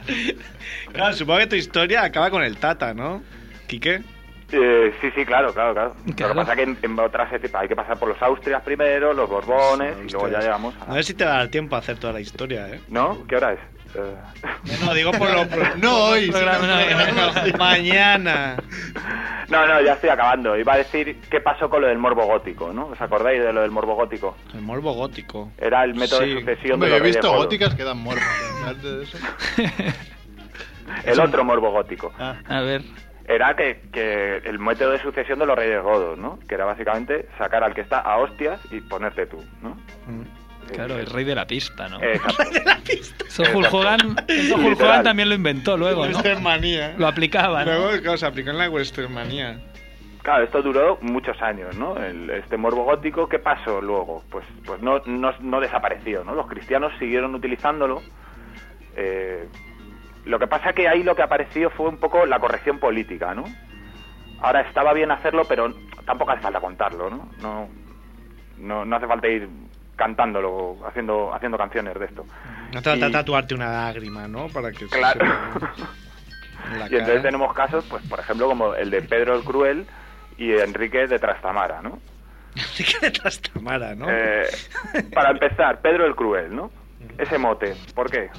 Speaker 2: Claro, supongo que tu historia acaba con el Tata, ¿no? ¿Quique?
Speaker 10: Eh, sí, sí, claro, claro, claro.
Speaker 1: Claro.
Speaker 10: Lo que pasa es que en, en otras etapas hay que pasar por los Austrias primero, los Borbones, y luego ya
Speaker 2: Ustedes.
Speaker 10: llegamos
Speaker 2: No
Speaker 10: a...
Speaker 2: sé si te va a dar tiempo a hacer toda la historia, ¿eh?
Speaker 10: ¿No? ¿Qué hora es? Eh,
Speaker 2: No, digo por lo...
Speaker 3: No hoy, sino
Speaker 1: Programa, no,
Speaker 3: programa.
Speaker 1: no, no.
Speaker 2: Mañana.
Speaker 10: No, no, ya estoy acabando. Iba a decir qué pasó con lo del morbo gótico, ¿no? ¿Os acordáis de lo del morbo gótico?
Speaker 2: El morbo gótico.
Speaker 10: Era el método
Speaker 2: Sí.
Speaker 10: de sucesión
Speaker 3: Hombre,
Speaker 10: de
Speaker 3: he
Speaker 10: los Reyes
Speaker 3: visto
Speaker 10: Godos.
Speaker 3: góticas que dan morbo. Aparte de eso.
Speaker 10: El otro morbo gótico.
Speaker 3: Ah.
Speaker 1: A ver.
Speaker 10: Era que, que el método de sucesión de los Reyes Godos, ¿no? Que era básicamente sacar al que está a hostias y ponerte tú, ¿no?
Speaker 3: Mm.
Speaker 1: Claro, el rey de la pista, ¿no?
Speaker 10: Eh, Exacto.
Speaker 1: Eso Hulk Hogan, eso Hulk
Speaker 10: Literal.
Speaker 1: Hogan también lo inventó luego, ¿no?
Speaker 2: Westernmanía.
Speaker 1: Lo aplicaba, ¿no?
Speaker 2: este Luego, claro, se aplicó en la Westernmanía.
Speaker 10: Claro, esto duró muchos años, ¿no? El- este morbo gótico, ¿qué pasó luego? Pues, pues no, no, no desapareció, ¿no? Los cristianos siguieron utilizándolo. Eh, lo que pasa que ahí lo que apareció fue un poco la corrección política, ¿no? Ahora estaba bien hacerlo, pero tampoco hace falta contarlo, ¿no? No, no, no hace falta ir cantándolo, haciendo, haciendo canciones de esto.
Speaker 2: No te falta
Speaker 10: Y-
Speaker 2: tatuarte una lágrima, ¿no? Para que se
Speaker 10: Claro.
Speaker 2: sepa en la
Speaker 10: Y entonces
Speaker 2: cara.
Speaker 10: tenemos casos, pues por ejemplo, como el de Pedro el Cruel y Enrique de Trastamara, ¿no?
Speaker 2: Te queda detrás Tamara, ¿no?
Speaker 10: Eh, para empezar, Pedro el Cruel, ¿no? Ese mote, ¿por qué?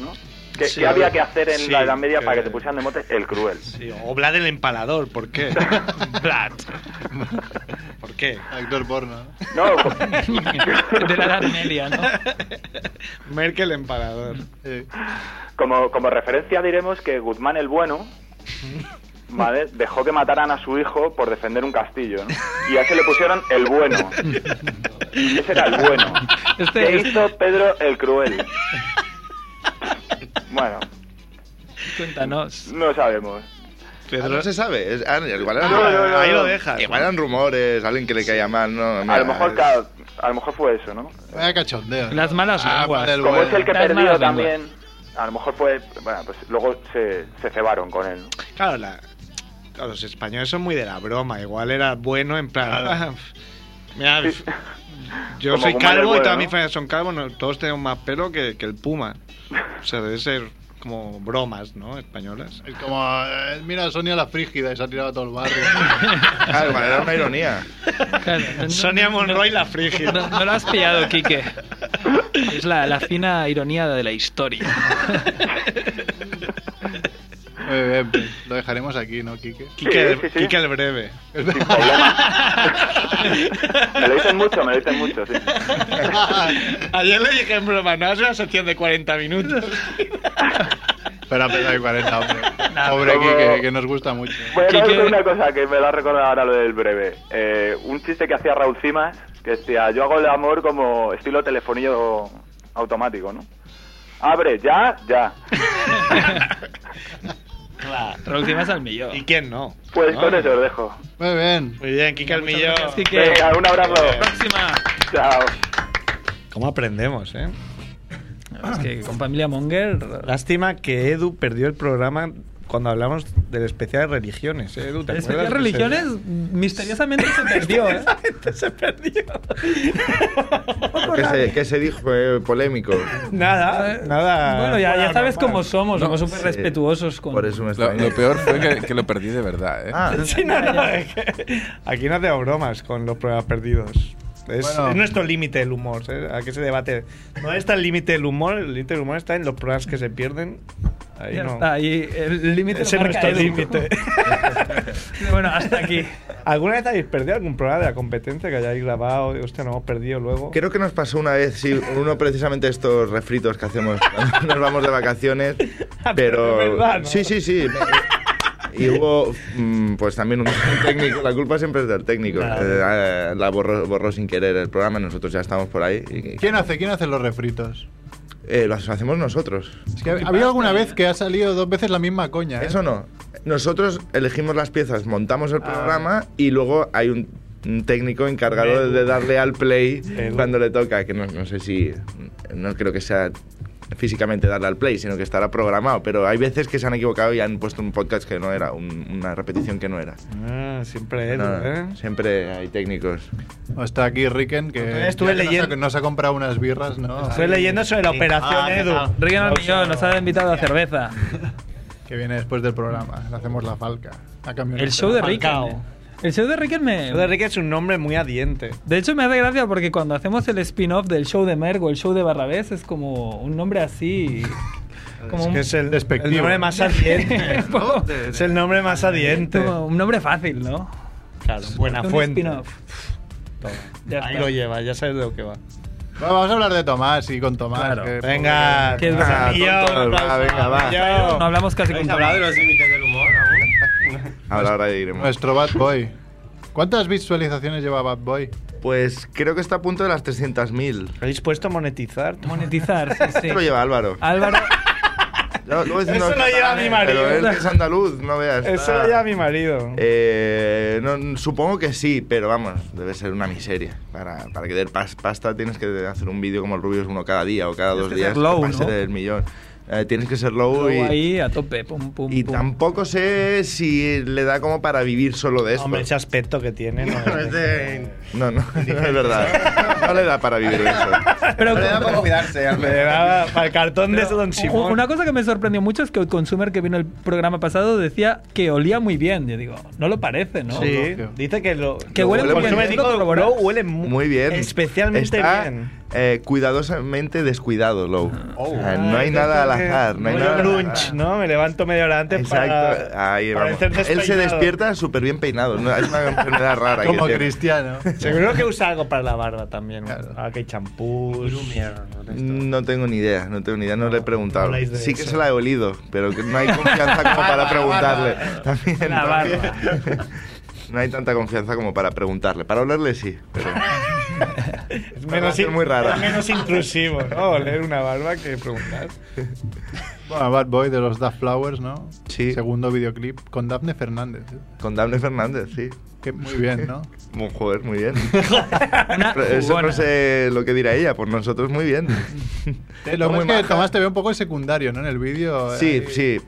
Speaker 10: ¿No? ¿Qué,
Speaker 2: Sí,
Speaker 10: qué
Speaker 2: a
Speaker 10: había
Speaker 2: ver.
Speaker 10: que hacer en
Speaker 2: Sí,
Speaker 10: la Edad Media
Speaker 2: que-
Speaker 10: para que te pusieran de mote el Cruel?
Speaker 2: Sí, o Vlad el empalador, ¿por qué? Vlad. ¿Por qué?
Speaker 3: Actor porno.
Speaker 7: Ah,
Speaker 10: No,
Speaker 1: de la Edad Media, ¿no?
Speaker 2: Merkel empalador.
Speaker 3: Eh,
Speaker 10: como, como referencia diremos que Guzmán el Bueno ¿vale? dejó que mataran a su hijo por defender un castillo, ¿no? Y a ese le pusieron el Bueno. Ese era el Bueno.
Speaker 1: Este
Speaker 10: ¿Qué
Speaker 1: es
Speaker 10: hizo Pedro el Cruel? Bueno,
Speaker 1: Cuéntanos.
Speaker 10: no sabemos.
Speaker 7: Ah, no se sabe. Es- ah, igual eran-
Speaker 10: No, no, no,
Speaker 2: Ahí lo
Speaker 10: no.
Speaker 2: dejas.
Speaker 7: Igual eran rumores, alguien que le caía mal, ¿no?
Speaker 10: A lo mejor,
Speaker 7: es-
Speaker 10: ca- a lo mejor fue eso, ¿no?
Speaker 3: Vaya cachondeo. ¿no?
Speaker 1: Las malas
Speaker 3: Ah,
Speaker 1: lenguas.
Speaker 3: para el
Speaker 10: Como
Speaker 3: bueno.
Speaker 10: es el que
Speaker 1: Las
Speaker 10: perdió
Speaker 1: malas
Speaker 10: también, a lo mejor fue. Bueno, pues luego se, se cebaron con él. ¿no?
Speaker 2: Claro, la- claro, los españoles son muy de la broma. Igual era bueno en plan. "Ah, pf, mira, pf, yo
Speaker 10: Como
Speaker 2: soy
Speaker 10: Guzmán el
Speaker 2: calvo y
Speaker 10: Bueno,
Speaker 2: todas
Speaker 10: ¿no?
Speaker 2: mis familias son calvos. no, todos tenemos más pelo que, que el puma. O sea, debe ser como bromas, ¿no? Españolas.
Speaker 3: Es como, eh, mira, Sonia la frígida y se ha tirado a todo el barrio.
Speaker 7: Ah, igual era una ironía.
Speaker 1: Claro, no-
Speaker 2: Sonia Monroy la frígida.
Speaker 1: No, no lo has pillado, Quique. Es la, la fina ironía de la historia.
Speaker 3: Muy bien, pues, lo dejaremos aquí, ¿no, Quique?
Speaker 2: Quique,
Speaker 10: Sí, sí, sí.
Speaker 2: Quique el breve.
Speaker 10: Sin problema. me lo dicen mucho, me lo dicen mucho, sí.
Speaker 2: Ah, Ayer le dije en broma, no es una sección de 40 minutos.
Speaker 3: Espera, pero hay 40, hombre. Pobre
Speaker 10: pero-
Speaker 3: Quique, que nos gusta mucho.
Speaker 10: Voy a
Speaker 1: Quique-
Speaker 10: contar una cosa que me lo ha recordado ahora lo del breve. Eh, un chiste que hacía Raúl Cimas, que decía: Yo hago el amor como estilo telefonillo automático, ¿no? Abre, ya, ya.
Speaker 1: Traducimos al millón.
Speaker 2: ¿Y quién no?
Speaker 10: Pues
Speaker 2: ¿No?
Speaker 10: con eso os dejo.
Speaker 3: Muy bien.
Speaker 2: Muy bien, Kike Almillón.
Speaker 1: Gracias, Quique.
Speaker 10: Venga, un abrazo.
Speaker 1: Próxima.
Speaker 10: Chao.
Speaker 2: ¿Cómo aprendemos, eh?
Speaker 1: Es que con familia Monger.
Speaker 2: Lástima que Edu perdió el programa cuando hablamos del especial de religiones, ¿eh, Edu? ¿Te
Speaker 1: Las
Speaker 2: acuerdas?
Speaker 1: religiones misteriosamente se perdió, ¿eh?
Speaker 2: Se perdió.
Speaker 7: ¿Qué se, qué se dijo? eh, polémico.
Speaker 2: Nada, nada.
Speaker 1: Bueno, ya, ya sabes cómo
Speaker 2: son.
Speaker 1: somos,
Speaker 5: No,
Speaker 1: somos súper respetuosos con.
Speaker 7: Por eso me
Speaker 5: Lo,
Speaker 7: extraña.
Speaker 5: lo peor fue que, que lo perdí de verdad, ¿eh?
Speaker 7: Ah,
Speaker 2: Sí, no, no, es que aquí no hacemos bromas con los programas perdidos. Es,
Speaker 3: Bueno.
Speaker 2: es nuestro límite el humor. ¿eh? ¿A qué se debate? No está el límite del humor? El límite del humor está en los programas que se pierden Ahí
Speaker 1: ya
Speaker 2: no.
Speaker 1: está, ahí el límite
Speaker 2: Ese
Speaker 1: lo
Speaker 2: no
Speaker 1: marca
Speaker 2: es tu
Speaker 1: Edu.
Speaker 2: límite.
Speaker 1: bueno, hasta aquí.
Speaker 2: ¿Alguna vez habéis perdido algún programa de la competencia que hayáis grabado? y, Hostia, no hemos perdido luego.
Speaker 7: Creo que nos pasó una vez, sí, uno precisamente estos refritos que hacemos cuando nos vamos de vacaciones, pero...
Speaker 1: es verdad, ¿no?
Speaker 7: Sí, sí, sí. Y hubo, mm, pues también un técnico, la culpa siempre es del técnico. Eh, la borró, borró sin querer el programa, nosotros ya estamos por ahí. y-
Speaker 3: ¿Quién hace, quién hace los refritos?
Speaker 7: eh, lo hacemos nosotros.
Speaker 3: Es que había alguna vez
Speaker 2: eh?
Speaker 3: que ha salido dos veces la misma coña, ¿eh?
Speaker 7: Eso no. Nosotros elegimos las piezas, montamos
Speaker 2: Ah.
Speaker 7: el programa y luego hay un, un técnico encargado de darle al play cuando le toca, que no, no sé si, no creo que sea físicamente darle al play, sino que estará programado, pero hay veces que se han equivocado y han puesto un podcast que no era, un- una repetición que no era.
Speaker 2: Ah, siempre Edu,
Speaker 7: No, no,
Speaker 2: ¿eh?
Speaker 7: Siempre hay técnicos.
Speaker 3: Está aquí Riken, que
Speaker 2: Estuve
Speaker 3: ya que nos
Speaker 2: leyendo-
Speaker 3: ha- nos ha comprado unas birras, ¿no?
Speaker 2: Estoy leyendo sobre la operación
Speaker 3: Ah,
Speaker 2: Edu.
Speaker 3: ah.
Speaker 1: Ricky Almillón nos ha invitado a cerveza.
Speaker 3: Que viene después del programa. Le hacemos la falca. La camioneta.
Speaker 1: El show de ¿eh?
Speaker 3: La
Speaker 1: Ricky.
Speaker 3: falca.
Speaker 1: El show de Ricky me.
Speaker 2: Edu Enrique es un nombre muy adiente.
Speaker 1: De hecho, me hace gracia porque cuando hacemos el spin-off del show de Mergo, el show de Barrabés, es como un nombre así. Como
Speaker 2: Es
Speaker 1: un,
Speaker 2: que es el,
Speaker 3: Despectivo.
Speaker 2: el nombre más adiente.
Speaker 1: ¿no?
Speaker 2: es el nombre más adiente.
Speaker 1: como un nombre fácil, ¿no?
Speaker 2: Claro, buena
Speaker 1: un
Speaker 2: fuente.
Speaker 1: spin-off. Ya
Speaker 2: Ahí
Speaker 1: está.
Speaker 2: lo lleva, ya sabes de lo que va.
Speaker 3: Va, Vamos a hablar de Tomás y con Tomás.
Speaker 1: Claro.
Speaker 3: que-
Speaker 2: Venga,
Speaker 1: Que es verdad.
Speaker 2: Yo, un aplauso.
Speaker 7: Va, venga, va.
Speaker 2: Yo.
Speaker 1: No hablamos casi con
Speaker 9: hablado de los límites del humor aún?
Speaker 7: Ahora, ahora
Speaker 2: Pues-
Speaker 7: diremos.
Speaker 3: Nuestro Bad Boy. ¿Cuántas visualizaciones lleva Bad Boy?
Speaker 7: Pues creo que está a punto de las 300.000.
Speaker 2: ¿Habéis puesto a monetizar?
Speaker 1: monetizar. sí, sí.
Speaker 7: Esto lo lleva Álvaro.
Speaker 1: Álvaro,
Speaker 7: Yo- luego decimos-
Speaker 2: Ah, Eso lo lleva mi marido.
Speaker 7: Pero él que es andaluz, no veas. Ah.
Speaker 2: Eso
Speaker 7: está-
Speaker 2: lo lleva mi marido.
Speaker 7: Eh, no, supongo que sí, pero vamos, debe ser una miseria. Para, para que dé pas- pasta tienes que hacer un vídeo como el Rubius uno cada día o cada dos
Speaker 1: que
Speaker 7: días.
Speaker 1: ser low,
Speaker 7: para ser
Speaker 1: ¿no?
Speaker 7: el millón. Eh, tienes que ser low, y,
Speaker 1: ahí a tope. Pum, pum,
Speaker 7: y
Speaker 1: pum.
Speaker 7: tampoco sé si le da como para vivir solo de esto.
Speaker 2: Hombre, ese aspecto que tiene. No,
Speaker 9: No, es de-
Speaker 7: no, no, no es verdad. No le da para vivir de eso.
Speaker 1: Pero
Speaker 9: No le da para cuidarse. al
Speaker 2: Me
Speaker 9: menos.
Speaker 2: daba para el cartón de ese Don Simón.
Speaker 1: Una cosa que me sorprendió mucho es que el consumer que vino el programa pasado decía que olía muy bien. Yo digo, no lo parece, ¿no?
Speaker 2: Sí,
Speaker 3: Obvio.
Speaker 2: dice que lo.
Speaker 1: Que
Speaker 2: lo
Speaker 1: huele
Speaker 7: muy bien,
Speaker 2: consume
Speaker 7: ¿eh?
Speaker 2: dijo,
Speaker 1: Lo corroboró.
Speaker 2: "Bro, huele mu-
Speaker 7: Muy bien.
Speaker 2: Especialmente
Speaker 7: Está,
Speaker 2: bien.
Speaker 7: eh, cuidadosamente descuidado, Low. O sea, no hay
Speaker 2: Ah,
Speaker 7: nada al
Speaker 2: entonces,
Speaker 7: azar. No hay
Speaker 2: rollo
Speaker 7: nada al
Speaker 2: brunch,
Speaker 7: azar.
Speaker 2: ¿no? Me levanto media hora antes
Speaker 7: Exacto.
Speaker 2: para.
Speaker 7: Ahí
Speaker 2: para
Speaker 7: vamos.
Speaker 2: hacer
Speaker 7: Él se
Speaker 2: despeinado.
Speaker 7: despierta súper bien peinado. ¿no? Es una enfermedad rara. que
Speaker 3: Como
Speaker 7: tiene.
Speaker 3: Cristiano.
Speaker 2: Seguro que usa algo para la barba también.
Speaker 3: Claro.
Speaker 2: Ah, que hay champús.
Speaker 9: Mierda, no te-
Speaker 7: No tengo ni idea, no tengo ni idea, no le he preguntado.
Speaker 2: habláis de
Speaker 7: sí que
Speaker 2: eso.
Speaker 7: se la he olido, pero que no hay confianza como para preguntarle. También,
Speaker 1: La barba.
Speaker 7: también. No hay tanta confianza como para preguntarle. Para olerle sí, pero
Speaker 2: Es
Speaker 7: Va a ser
Speaker 2: in-
Speaker 7: muy rara.
Speaker 2: es menos intrusivo, ¿no? Leer una barba que preguntar.
Speaker 3: Bueno, Bad Boy de los Daft Flowers, ¿no?
Speaker 7: Sí.
Speaker 3: Segundo videoclip con Daphne Fernández. ¿eh?
Speaker 7: con Dable Fernández, sí.
Speaker 3: Que muy bien, ¿no?
Speaker 7: Muy joder, muy bien.
Speaker 1: Una
Speaker 7: Pero eso
Speaker 1: jugona.
Speaker 7: no sé lo que dirá ella, por nosotros muy bien.
Speaker 3: Eh, Lo
Speaker 7: Muy
Speaker 3: bueno es que
Speaker 7: maja.
Speaker 3: Tomás te ve un poco secundario, ¿no? En el vídeo. eh,
Speaker 7: Sí,
Speaker 3: ahí.
Speaker 7: sí.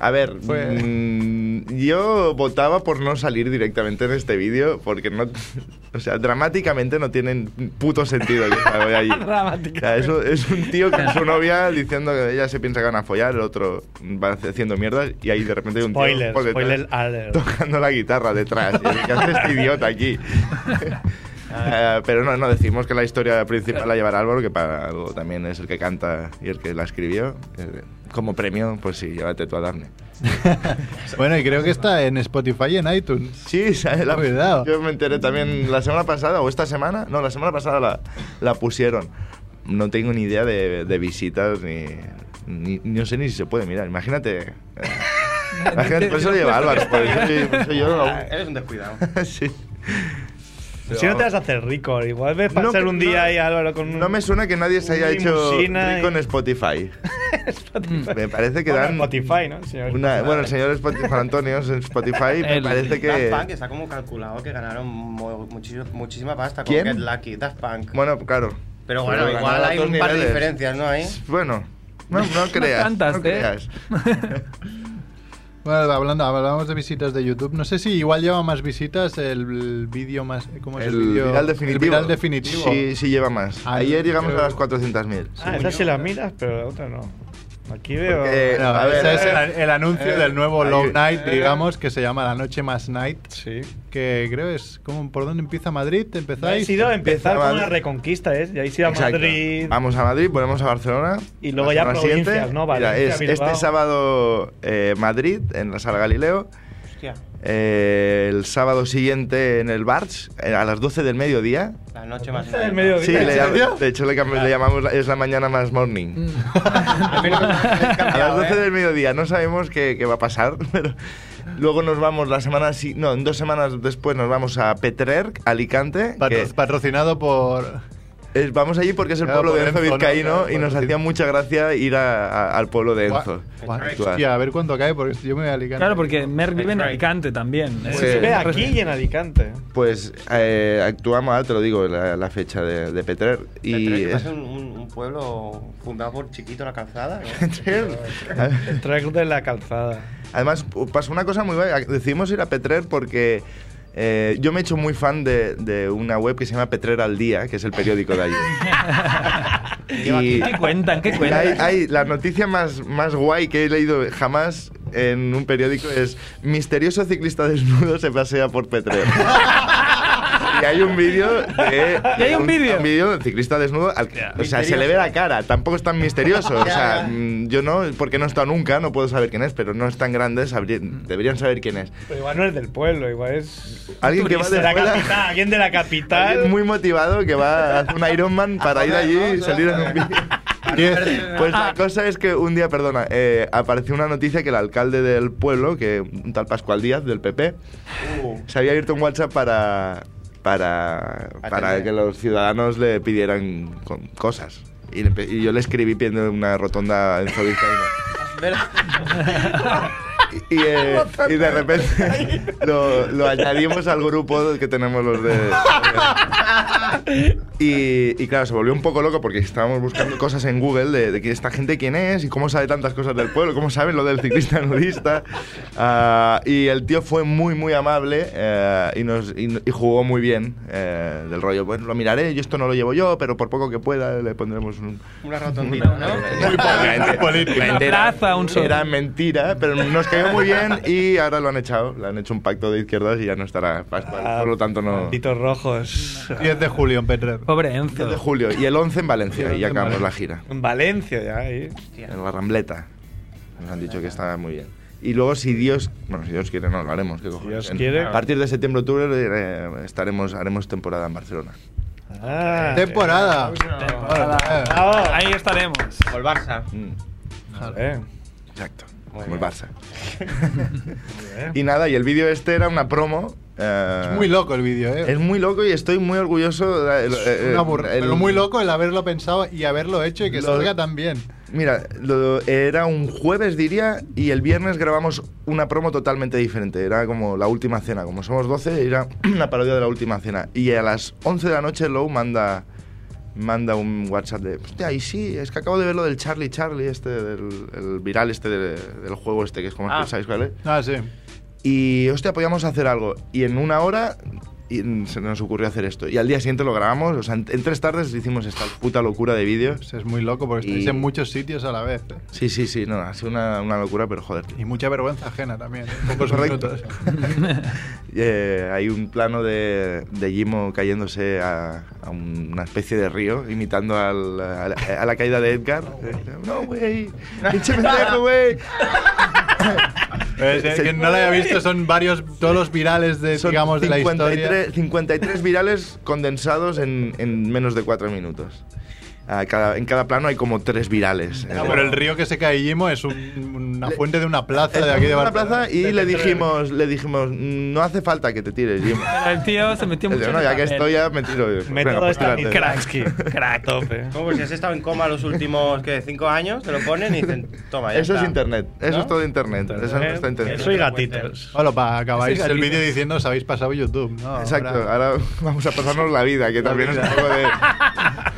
Speaker 7: A ver,
Speaker 3: Fue-
Speaker 7: mm, yo votaba por no salir directamente en este vídeo porque no, o sea, dramáticamente no tienen puto sentido que me voy allí.
Speaker 1: Dramáticamente.
Speaker 7: O sea, es, un- es un tío con su novia diciendo que ella se piensa que van a follar, el otro va haciendo mierda y ahí de repente hay un tío
Speaker 2: Spoiler,
Speaker 7: por detrás
Speaker 2: spoiler alert.
Speaker 7: tocando la guitarra detrás. Y dice, ¿Qué hace este idiota aquí? Eh, pero no, no decimos que la historia principal la llevará Álvaro, que para algo también es el que canta y el que la escribió. Eh, Como premio, pues sí, llévate tú a Daphne.
Speaker 3: Bueno, y creo que está en Spotify y en iTunes.
Speaker 7: Sí, ¿sabes? La,
Speaker 3: Cuidado.
Speaker 7: yo me enteré también la semana pasada o esta semana. No, la semana pasada la, la pusieron. No tengo ni idea de, de visitas ni, ni- No sé ni si se puede mirar. Imagínate. eh, Imagínate, por eso lo lleva Álvaro. Por eso, yo- por eso yo
Speaker 9: Ah, Eres un descuidado.
Speaker 7: lo- sí.
Speaker 2: Si no te vas a hacer rico, igual ves
Speaker 7: No,
Speaker 2: pasar
Speaker 7: pero
Speaker 2: un día
Speaker 7: no-
Speaker 2: ahí, Álvaro, con un.
Speaker 7: No me suena que nadie se haya
Speaker 2: Una
Speaker 7: hecho
Speaker 2: limusina
Speaker 7: rico
Speaker 2: y-
Speaker 7: en Spotify. Me parece que
Speaker 2: Bueno,
Speaker 7: dan.
Speaker 2: Spotify, ¿no? Señor
Speaker 7: una-
Speaker 2: Spotify.
Speaker 7: bueno, el señor Spotify, Juan Antonio es Spotify, me
Speaker 1: El-
Speaker 7: parece que.
Speaker 9: Daft Punk está como calculado que ganaron mu- muchis- muchísima pasta con
Speaker 7: ¿Quién?
Speaker 9: Get Lucky, Daft Punk.
Speaker 7: Bueno, claro.
Speaker 9: pero bueno,
Speaker 7: pero
Speaker 9: igual
Speaker 7: ganaba
Speaker 9: hay
Speaker 7: dos
Speaker 9: un par de
Speaker 7: niveles.
Speaker 9: diferencias, ¿no? Ahí.
Speaker 7: Bueno, no, no creas.
Speaker 1: tantas,
Speaker 7: no
Speaker 1: ¿eh?
Speaker 7: creas.
Speaker 3: Bueno, hablando, hablamos de visitas de YouTube. No sé si igual lleva más visitas el vídeo más. ¿Cómo es el,
Speaker 7: El
Speaker 3: vídeo?
Speaker 7: viral definitivo.
Speaker 3: El viral definitivo.
Speaker 7: Sí, sí lleva más.
Speaker 3: Ah,
Speaker 7: Ayer llegamos
Speaker 3: pero-
Speaker 7: a las 400.000.
Speaker 2: Ah, esa sí la miras, pero la otra no. Aquí veo.
Speaker 3: Porque,
Speaker 7: eh,
Speaker 2: Bueno,
Speaker 3: a ver, ese es el, el anuncio
Speaker 2: eh,
Speaker 3: del nuevo
Speaker 2: ahí-
Speaker 3: Love Night,
Speaker 2: eh.
Speaker 3: digamos, que se llama La Noche Más Night. Sí. Que creo es como por dónde empieza Madrid, empezáis.
Speaker 2: Ha sido empezar con una
Speaker 3: Madrid.
Speaker 2: reconquista, ¿eh? Y ahí sí a
Speaker 3: Exacto.
Speaker 2: Madrid.
Speaker 7: Vamos a Madrid, volvemos a Barcelona.
Speaker 2: Y luego ya
Speaker 7: Barcelona
Speaker 2: provincias,
Speaker 7: siguiente.
Speaker 2: ¿no?
Speaker 7: Mira,
Speaker 2: Valencia,
Speaker 7: es
Speaker 2: Bilbao.
Speaker 7: este sábado eh, Madrid, en la Sala Galileo. Eh, el sábado siguiente en el Barts, eh, a las 12 del mediodía.
Speaker 9: La noche más.
Speaker 2: El mediodía.
Speaker 7: Sí, le-
Speaker 2: ¿En
Speaker 7: de hecho le, cam- le llamamos, la- es la mañana más
Speaker 3: Mm.
Speaker 7: morning. a las
Speaker 3: ¿eh?
Speaker 7: 12 del mediodía, no sabemos qué, qué va a pasar, pero luego nos vamos la semana, si- no, en dos semanas después nos vamos a Petrer, Alicante.
Speaker 3: Patro- Patrocinado por.
Speaker 7: Es- vamos allí porque es el
Speaker 3: Claro,
Speaker 7: pueblo de
Speaker 3: por
Speaker 7: Enzo
Speaker 3: Enzo, ¿no?
Speaker 7: Vizcaíno
Speaker 3: Claro,
Speaker 7: y nos
Speaker 3: por-
Speaker 7: hacía mucha gracia ir a- a- al pueblo de
Speaker 3: Gua-
Speaker 7: Enzo.
Speaker 3: Gua-
Speaker 7: actuar.
Speaker 3: Hostia, a ver cuándo cae, porque yo me voy a Alicante.
Speaker 1: Claro, porque Merck vive en Alicante también. ¿eh?
Speaker 7: Pues
Speaker 1: Es-
Speaker 7: se ve
Speaker 2: aquí y en Alicante.
Speaker 7: Pues eh, actuamos, ahora te lo digo, la, la fecha de, de Petrer. Y
Speaker 9: Petrer, que
Speaker 7: es-
Speaker 9: parece un, un- un pueblo fundado por Chiquito la Calzada. ¿no?
Speaker 2: Track de la calzada.
Speaker 7: Además, pasó una cosa muy buena. Decidimos ir a Petrer porque eh, yo me he hecho muy fan de, de una web que se llama Petrer al Día, que es el periódico de allí. y
Speaker 1: ¿Qué cuentan? ¿Qué cuentan?
Speaker 7: hay, hay- la noticia más, más guay que he leído jamás en un periódico es misterioso ciclista desnudo se pasea por Petrer. Y hay un vídeo de.
Speaker 1: Y hay un vídeo.
Speaker 7: Un vídeo de ciclista desnudo. al- O sea, se le ve la cara. Tampoco es tan misterioso. O sea, mm, yo no, porque no he estado nunca, no puedo saber quién es, pero no es tan grande, sabría- deberían saber quién es.
Speaker 2: Pero igual no es del pueblo, igual es.
Speaker 7: Alguien que va
Speaker 2: turista
Speaker 7: de
Speaker 2: la
Speaker 7: fuera.
Speaker 2: capital, alguien de la
Speaker 7: Alguien
Speaker 2: capital.
Speaker 7: muy motivado que va a hacer un Ironman para ir allí y salir en un vídeo. Pues la cosa es que un día, perdona, eh, apareció una noticia que el alcalde del pueblo, que un tal Pascual Díaz del PP, se había abierto un WhatsApp para, para, para
Speaker 9: Atender.
Speaker 7: que los ciudadanos le pidieran con- cosas. Y, le pe- y yo le escribí pidiendo una rotonda en Zovizcaíno. Y, eh, y de repente lo, lo añadimos al grupo que tenemos los de... Y, y claro, se volvió un poco loco porque estábamos buscando cosas en Google de, de que esta gente quién es y cómo sabe tantas cosas del pueblo, cómo sabe lo del ciclista nudista. Ah, y el tío fue muy, muy amable eh, y, nos, y, y jugó muy bien eh, del rollo. Bueno, lo miraré, yo esto no lo llevo yo, pero por poco que pueda le pondremos un...
Speaker 9: Una rotondita, ¿no?
Speaker 1: Una plaza, un sol.
Speaker 7: Era mentira, pero nos cayó muy bien y ahora lo han echado. Le han hecho un pacto de izquierdas y ya no estará Pascual.
Speaker 1: Ah,
Speaker 7: por lo tanto, no.
Speaker 2: Malditos Ah, rojos.
Speaker 3: 10 de julio en Petrer.
Speaker 1: Pobre
Speaker 7: 10 de
Speaker 1: Enzo.
Speaker 7: julio y el 11 en Valencia y ya acabamos la gira.
Speaker 2: En Valencia ya, ahí.
Speaker 7: En la Rambleta. Nos han dicho que está muy bien. Y luego, si Dios, bueno, si Dios quiere, no, lo haremos. ¿qué cojones?
Speaker 2: Dios
Speaker 7: En-
Speaker 2: quiere.
Speaker 7: A partir de septiembre-octubre eh, estaremos, haremos temporada en Barcelona.
Speaker 2: Ah,
Speaker 3: Temporada. Temporada.
Speaker 2: Bravo.
Speaker 1: Ahí estaremos.
Speaker 9: O el Barça.
Speaker 7: Mm,
Speaker 2: Eh,
Speaker 7: exacto.
Speaker 9: Muy
Speaker 7: como el
Speaker 9: bien.
Speaker 7: Barça. y nada, y el vídeo este era una promo. eh,
Speaker 3: Es muy loco el vídeo, ¿eh?
Speaker 7: Es muy loco y estoy muy orgulloso. de- el- el-
Speaker 3: Una burra.
Speaker 7: el-
Speaker 3: Pero muy loco Eh, el haberlo pensado y haberlo hecho y que
Speaker 7: Lo-
Speaker 3: salga tan bien.
Speaker 7: Mira, lo- era un jueves, diría, y el viernes grabamos una promo totalmente diferente. Era como la última cena. Como somos 12, era una parodia de la última cena. Y a las 11 de la noche, Low manda, manda un WhatsApp de: Hostia, y sí, es que acabo de ver lo del Charlie Charlie, este, del el viral este de- del juego este, que es como
Speaker 9: Ah.
Speaker 7: ¿sabéis cuál es?
Speaker 3: Ah, sí.
Speaker 7: Y, hostia, podíamos hacer algo. Y en una hora y- mm, se nos ocurrió hacer esto. Y al día siguiente lo grabamos. O sea, en, en tres tardes hicimos esta puta locura de vídeos.
Speaker 3: Pues es muy loco porque estáis
Speaker 7: Y-
Speaker 3: en muchos sitios a la vez. ¿eh?
Speaker 7: Sí, sí, sí, no, ha sido una, una locura, pero joder. tío.
Speaker 3: Y mucha vergüenza ajena también. ¿eh? Pocos
Speaker 7: Correcto.
Speaker 3: minutos.
Speaker 7: Eh, hay un plano de, de Jimo cayéndose a, a un- una especie de río, imitando al- a, la, a la caída de Edgar. Eh, No, güey, pinche pendejo, güey.
Speaker 3: Eh, si-
Speaker 7: Se-
Speaker 3: quien no lo haya visto, son varios, todos los virales de,
Speaker 7: Son
Speaker 3: digamos, de la historia.
Speaker 7: 53, 53 virales condensados en, en menos de 4 minutos. A cada- en cada plano hay como 3 virales.
Speaker 3: No, Ah, pero el río que se cae Jimo es un- una fuente de una plaza de
Speaker 7: Estamos
Speaker 3: aquí de
Speaker 7: en una
Speaker 3: Barcelona.
Speaker 7: plaza y le dijimos, le dijimos, no hace falta que te tires, Jimo.
Speaker 1: Pero el tío se metió
Speaker 7: Él dijo,
Speaker 1: mucho. en
Speaker 7: no,
Speaker 1: el
Speaker 7: ya que
Speaker 1: papel.
Speaker 7: estoy, ya me tiro. Venga,
Speaker 2: Método
Speaker 7: pues tírate.
Speaker 2: Stanislavski. Crack. Tope.
Speaker 9: Como pues si has estado en coma los últimos ¿qué? cinco años, te lo ponen y dicen, toma, ya
Speaker 7: Eso es
Speaker 9: está.
Speaker 7: internet, eso
Speaker 9: ¿No?
Speaker 7: es todo internet. Eso no está internet.
Speaker 2: Soy gatitos.
Speaker 3: Hola, pa, acabáis
Speaker 1: Ese
Speaker 3: el
Speaker 1: gatito.
Speaker 3: vídeo diciendo os habéis pasado YouTube, ¿no?
Speaker 7: Exacto,
Speaker 3: Ahora-
Speaker 7: ahora vamos a pasarnos la vida, que también es un poco de.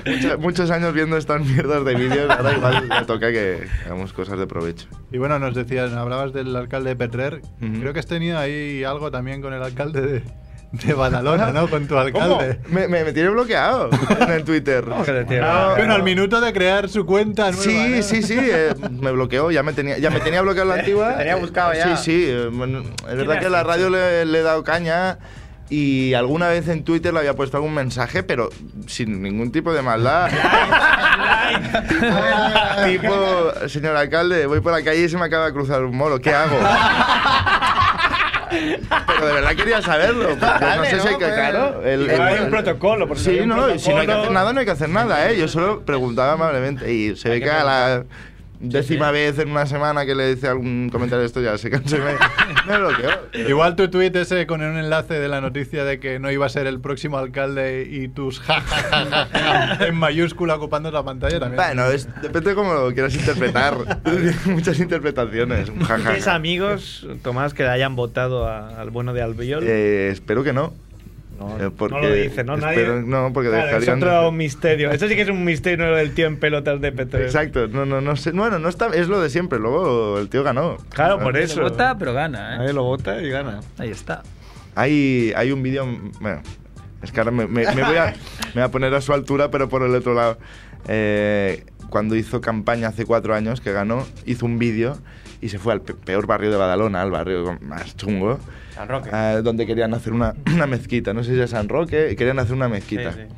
Speaker 7: Mucha- muchos años viendo estas mierdas de vídeos, ahora igual ya toca que hagamos cosas de provecho.
Speaker 3: Y bueno, nos decías, hablabas del alcalde de Petrer.
Speaker 7: Ujú.
Speaker 3: Creo que has tenido ahí algo también con el alcalde de, de Badalona, ¿no? Con tu alcalde.
Speaker 7: Me, me, me tiene bloqueado en el Twitter. No,
Speaker 3: Bueno, al minuto de crear su cuenta nueva.
Speaker 7: Sí,
Speaker 3: ¿no?
Speaker 7: sí, sí, eh, me bloqueó, ya me tenía, ya me tenía bloqueado la antigua.
Speaker 9: Te tenía buscado
Speaker 7: Eh,
Speaker 9: ya.
Speaker 7: Sí, sí, eh, bueno, es verdad que a la
Speaker 9: has
Speaker 7: radio le, le he dado caña y alguna vez en Twitter le había puesto algún mensaje, pero sin ningún tipo de maldad. tipo, tipo, señor alcalde, voy por la calle y se me acaba de cruzar un moro, ¿qué hago? Pero de verdad quería saberlo. porque no
Speaker 2: tarde,
Speaker 7: sé si hay
Speaker 2: ¿no?
Speaker 7: que.
Speaker 9: Pues,
Speaker 2: Pero-
Speaker 7: Claro.
Speaker 2: Pero hay un protocolo, por si
Speaker 7: Sí,
Speaker 2: hay un
Speaker 7: no, y si no hay que
Speaker 2: protocolo.
Speaker 7: hacer nada, no hay que hacer nada, ¿eh? Yo solo preguntaba amablemente. Y se ve que a la décima vez en una semana que le hice algún comentario de esto ya se cansó. y Me, me bloqueó.
Speaker 3: Igual tu tweet ese con un enlace de la noticia de que no iba a ser el próximo alcalde y tus ja, ja, ja, ja, ja, en mayúscula ocupando la pantalla también.
Speaker 7: Bueno, es- depende de cómo lo quieras interpretar. Tiene Muchas interpretaciones. un ja, ja, ja.
Speaker 2: ¿Tienes amigos, Tomás, que hayan votado a- al bueno de Albiol?
Speaker 7: Eh, espero que no.
Speaker 2: No,
Speaker 7: eh, porque
Speaker 2: no lo dice, ¿no? Nadie.
Speaker 7: espero- no, porque
Speaker 2: Claro,
Speaker 7: dejarían-
Speaker 2: Es otro misterio. Eso sí que es un misterio lo del tío en pelotas de petróleo.
Speaker 7: Exacto, no, no, no sé. Bueno, no está, es lo de siempre. Luego el tío ganó. Ah.
Speaker 2: Claro,
Speaker 7: No,
Speaker 2: por
Speaker 1: Nadie
Speaker 2: eso.
Speaker 1: lo vota, pero gana, ¿eh?
Speaker 2: Nadie lo vota y gana.
Speaker 1: Ahí está.
Speaker 7: Hay, hay un vídeo. Bueno, es que ahora me, me- me voy a, me voy a poner a su altura, pero por el otro lado. Eh, cuando hizo campaña hace cuatro años que ganó, hizo un vídeo y se fue al pe- peor barrio de Badalona, al barrio más chungo,
Speaker 9: San Roque.
Speaker 7: ah, donde querían hacer una, una mezquita. No sé si es San Roque, y querían hacer una mezquita.
Speaker 9: Sí, sí.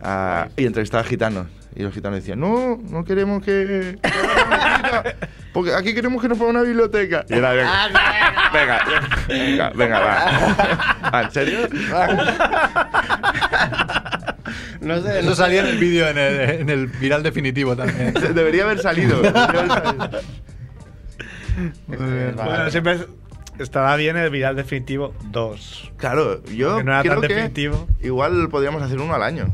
Speaker 7: Ah, y entrevistaba a gitanos. Y los gitanos decían, no, no queremos que... que haga una mezquita, Porque aquí queremos que nos ponga una biblioteca. Y era,
Speaker 2: Ah,
Speaker 7: venga, venga, venga, venga, va. Ah, ¿En serio?
Speaker 9: No sé,
Speaker 3: Eso salía en el vídeo, en el, en el viral definitivo también.
Speaker 7: Debería haber salido. debería haber salido.
Speaker 2: Este, Bueno, siempre es- estará bien el viral definitivo 2.
Speaker 7: Claro, yo
Speaker 2: Porque no era
Speaker 7: creo
Speaker 2: tan
Speaker 7: que
Speaker 2: definitivo.
Speaker 7: igual podríamos hacer uno al año.